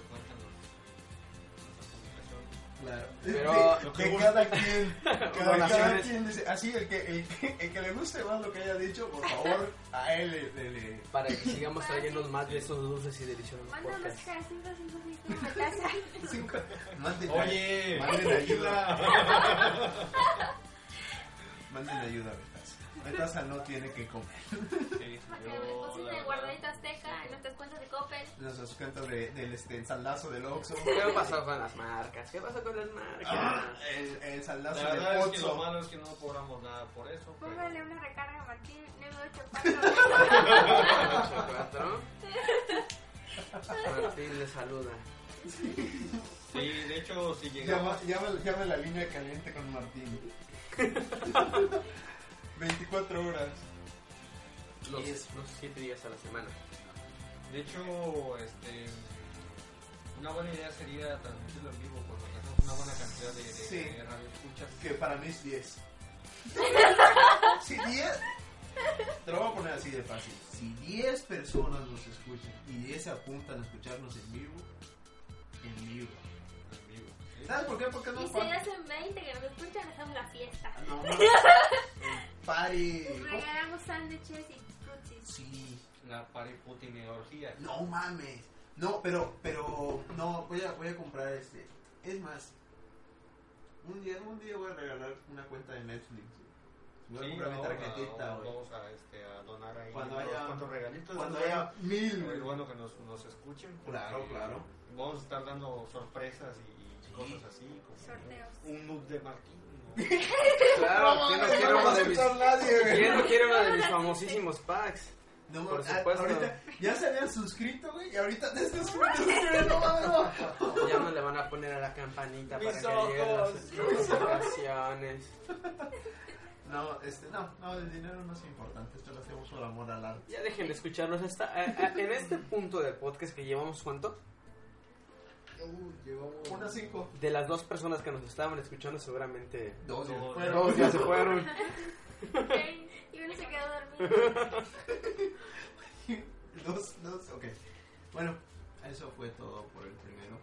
Speaker 4: de cuenta
Speaker 1: Claro.
Speaker 3: Pero-
Speaker 4: en los-
Speaker 1: De- de, cada quien, cada, cada
Speaker 3: Donaciones.
Speaker 1: quien dice, así el que, el, que, el que le guste más lo que haya dicho, por favor, a él le- le- le,
Speaker 3: Para que sigamos trayendo más de estos dulces y deliciosos
Speaker 2: Manda un
Speaker 3: podcasts.
Speaker 2: mensaje al 555 de casa.
Speaker 1: Cinco. Manden,
Speaker 4: en los- Oye,
Speaker 1: manden ayuda.
Speaker 4: ayuda.
Speaker 1: Manden ayuda, Betas. Metaza no tiene que comer.
Speaker 4: Sí,
Speaker 2: Porque
Speaker 4: yo,
Speaker 2: pusiste
Speaker 4: la
Speaker 2: el
Speaker 4: verdad,
Speaker 2: guardadito azteca en nuestras cuentas de Coppel.
Speaker 1: Las cuentas de, del este, el saldazo del Oxxo.
Speaker 3: ¿Qué va a pasar con las marcas? ¿Qué pasa con las marcas?
Speaker 1: El, el
Speaker 4: La
Speaker 1: saldazo
Speaker 4: verdad
Speaker 1: del
Speaker 4: es que lo
Speaker 1: Oxxo.
Speaker 4: malo es que no cobramos nada por eso. pero-
Speaker 12: Póngale una recarga a Martín 984.
Speaker 3: Cuatro. Martín le saluda.
Speaker 4: Sí, de hecho, si llegamos.
Speaker 1: Llama, llama, llama la línea caliente con Martín. 24 horas.
Speaker 3: Los, los siete días a la semana.
Speaker 4: De hecho, este. Una buena idea sería transmitirlo en vivo porque tenemos una buena cantidad de, de,
Speaker 1: Sí.
Speaker 4: de radioescuchas.
Speaker 1: Que para mí es 10. si 10. Te lo voy a poner así de fácil. Si 10 personas nos escuchan y 10 se apuntan a escucharnos en vivo, en vivo.
Speaker 4: en vivo.
Speaker 1: ¿Sabes por qué? Porque no
Speaker 2: Y
Speaker 1: es
Speaker 2: si
Speaker 1: pa- Ah,
Speaker 2: hacen 20 que nos escuchan, hacemos la fiesta.
Speaker 1: No, no. Party. oh,
Speaker 2: Regalamos sándwiches y frutis.
Speaker 1: Sí.
Speaker 4: La pariputinegorgía.
Speaker 1: No mames. No, pero, pero, no, voy a, voy a comprar este. Es más, un día, un día voy a regalar una cuenta de Netflix. güey. Voy a
Speaker 4: Sí,
Speaker 1: comprar mi
Speaker 4: vamos a-
Speaker 1: tarjetita, güey.
Speaker 4: Vamos a, este, a donar ahí
Speaker 1: Cuando
Speaker 4: unos
Speaker 1: haya-
Speaker 4: cuantos regalitos.
Speaker 1: Cuando
Speaker 4: Es
Speaker 1: haya mil,
Speaker 4: bueno- Es
Speaker 1: güey.
Speaker 4: bueno que nos, nos escuchen. porque
Speaker 1: Claro, claro.
Speaker 4: Vamos a estar dando sorpresas y,
Speaker 1: Sí.
Speaker 4: cosas así. Como
Speaker 12: Sorteos.
Speaker 4: Un noob de Martín. ¿no? Pues
Speaker 3: Claro, ¿quién no quiere uno de mis, ¿quién
Speaker 1: nadie,
Speaker 3: no quiere uno de mis famosísimos packs?
Speaker 1: No,
Speaker 3: Por
Speaker 1: a-
Speaker 3: supuesto.
Speaker 1: ahorita ya se habían suscrito, güey, y ahorita te estás suscribiendo, mano.
Speaker 3: Ya no le van a poner a la campanita para
Speaker 6: Mis
Speaker 3: que lleguen las
Speaker 6: ojos.
Speaker 3: notificaciones.
Speaker 1: No, este, no, no, el dinero no es importante, esto lo hacemos por amor al arte.
Speaker 3: Ya dejen de escucharnos. Hasta, a- a- en este punto del podcast que llevamos, ¿cuánto?
Speaker 1: Una cinco.
Speaker 3: De las dos personas que nos estaban escuchando, seguramente
Speaker 1: Dos, ya se
Speaker 4: Dos.
Speaker 1: fueron.
Speaker 3: dos ya se fueron.
Speaker 2: Ok, Y uno se quedó dormido.
Speaker 1: Dos, dos, ok. Bueno, eso fue todo por el primero.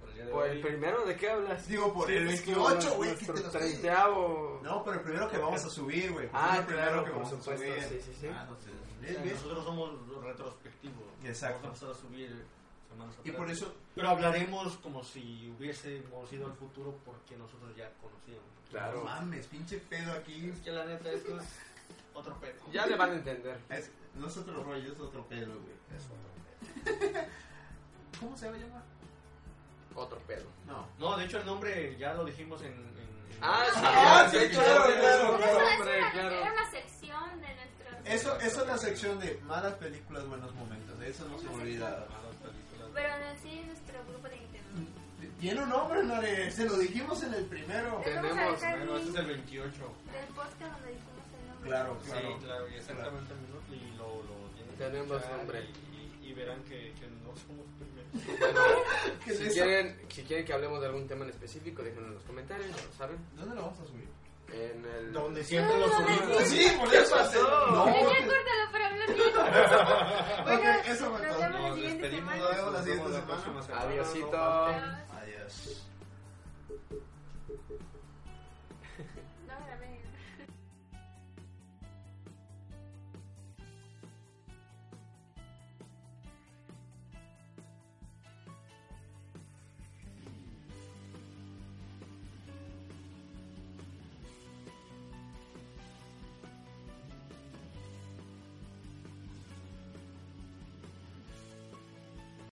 Speaker 4: Por el día de
Speaker 1: Pues,
Speaker 3: Por
Speaker 4: eh, hoy.
Speaker 3: el primero, ¿de qué hablas?
Speaker 1: Digo, por el
Speaker 3: Es que
Speaker 1: 28, güey, que
Speaker 3: nuestro
Speaker 1: te lo estoy-
Speaker 3: treintaavo.
Speaker 1: No, pero el primero que vamos a subir, güey.
Speaker 3: Ah,
Speaker 1: Es el primero
Speaker 3: claro,
Speaker 1: que
Speaker 3: por
Speaker 1: vamos
Speaker 3: supuesto,
Speaker 1: a subir.
Speaker 3: sí, sí, sí.
Speaker 1: Ah, no sé,
Speaker 4: O sea,
Speaker 1: ¿ves?
Speaker 4: Nosotros somos los retrospectivos.
Speaker 1: Exacto.
Speaker 4: Vamos a empezar a subir semanas
Speaker 1: Y
Speaker 4: atrás.
Speaker 1: por eso,
Speaker 4: Pero hablaremos como si hubiésemos ido al futuro porque nosotros ya conocíamos.
Speaker 1: no
Speaker 3: Claro.
Speaker 1: mames, pinche pedo aquí.
Speaker 4: Es que la neta, esto es otro pedo.
Speaker 3: Ya le van a entender.
Speaker 1: Es, no es otro rollo, es otro pedo, güey. Es otro pedo. ¿Cómo se va a llamar?
Speaker 3: Otro pedo.
Speaker 1: No.
Speaker 4: No, de hecho el nombre ya lo dijimos en... en- en-
Speaker 3: Ah, sí,
Speaker 1: Ah,
Speaker 3: ya,
Speaker 1: sí,
Speaker 3: ya,
Speaker 1: claro,
Speaker 3: ya,
Speaker 1: claro,
Speaker 3: ya,
Speaker 1: claro.
Speaker 3: hombre,
Speaker 2: Era
Speaker 3: claro.
Speaker 2: una sección de nuestros.
Speaker 1: Eso, eso es la sección de malas películas, buenos momentos. De eso no se olvida.
Speaker 4: llamadas, películas.
Speaker 2: Pero no sí, nuestro grupo de internet.
Speaker 1: Tiene un nombre, Nore. Se lo dijimos en el primero.
Speaker 3: Tenemos,
Speaker 4: Bueno, este es el 28.
Speaker 2: Del podcast donde dijimos el nombre.
Speaker 1: Claro,
Speaker 4: Sí,
Speaker 1: claro.
Speaker 4: claro, y exactamente el minuto y lo, lo tienen que
Speaker 3: Tenemos
Speaker 4: escuchar
Speaker 3: nombre.
Speaker 4: Y, y- y verán que, que no somos primeros.
Speaker 1: ¿Qué es
Speaker 3: Si
Speaker 1: eso?
Speaker 3: quieren, si quieren que hablemos de algún tema en específico, déjenlo en los comentarios, ya lo saben.
Speaker 1: ¿Dónde lo vamos a subir?
Speaker 3: En el...
Speaker 4: Donde siempre lo subimos.
Speaker 1: Sí, por eso. hace- No,
Speaker 2: Ay, ya
Speaker 1: porque-
Speaker 2: córtalo para hablar bien.
Speaker 1: Ok,
Speaker 12: Bueno,
Speaker 1: eso me
Speaker 12: nos
Speaker 1: contó.
Speaker 12: vemos la
Speaker 4: Nos
Speaker 12: siguiente
Speaker 4: despedimos,
Speaker 12: semana.
Speaker 1: Nos vemos la
Speaker 4: nos vemos
Speaker 1: siguiente
Speaker 4: la
Speaker 1: semana.
Speaker 4: próxima semana.
Speaker 3: Adiósito.
Speaker 2: Pero-
Speaker 1: Adiós.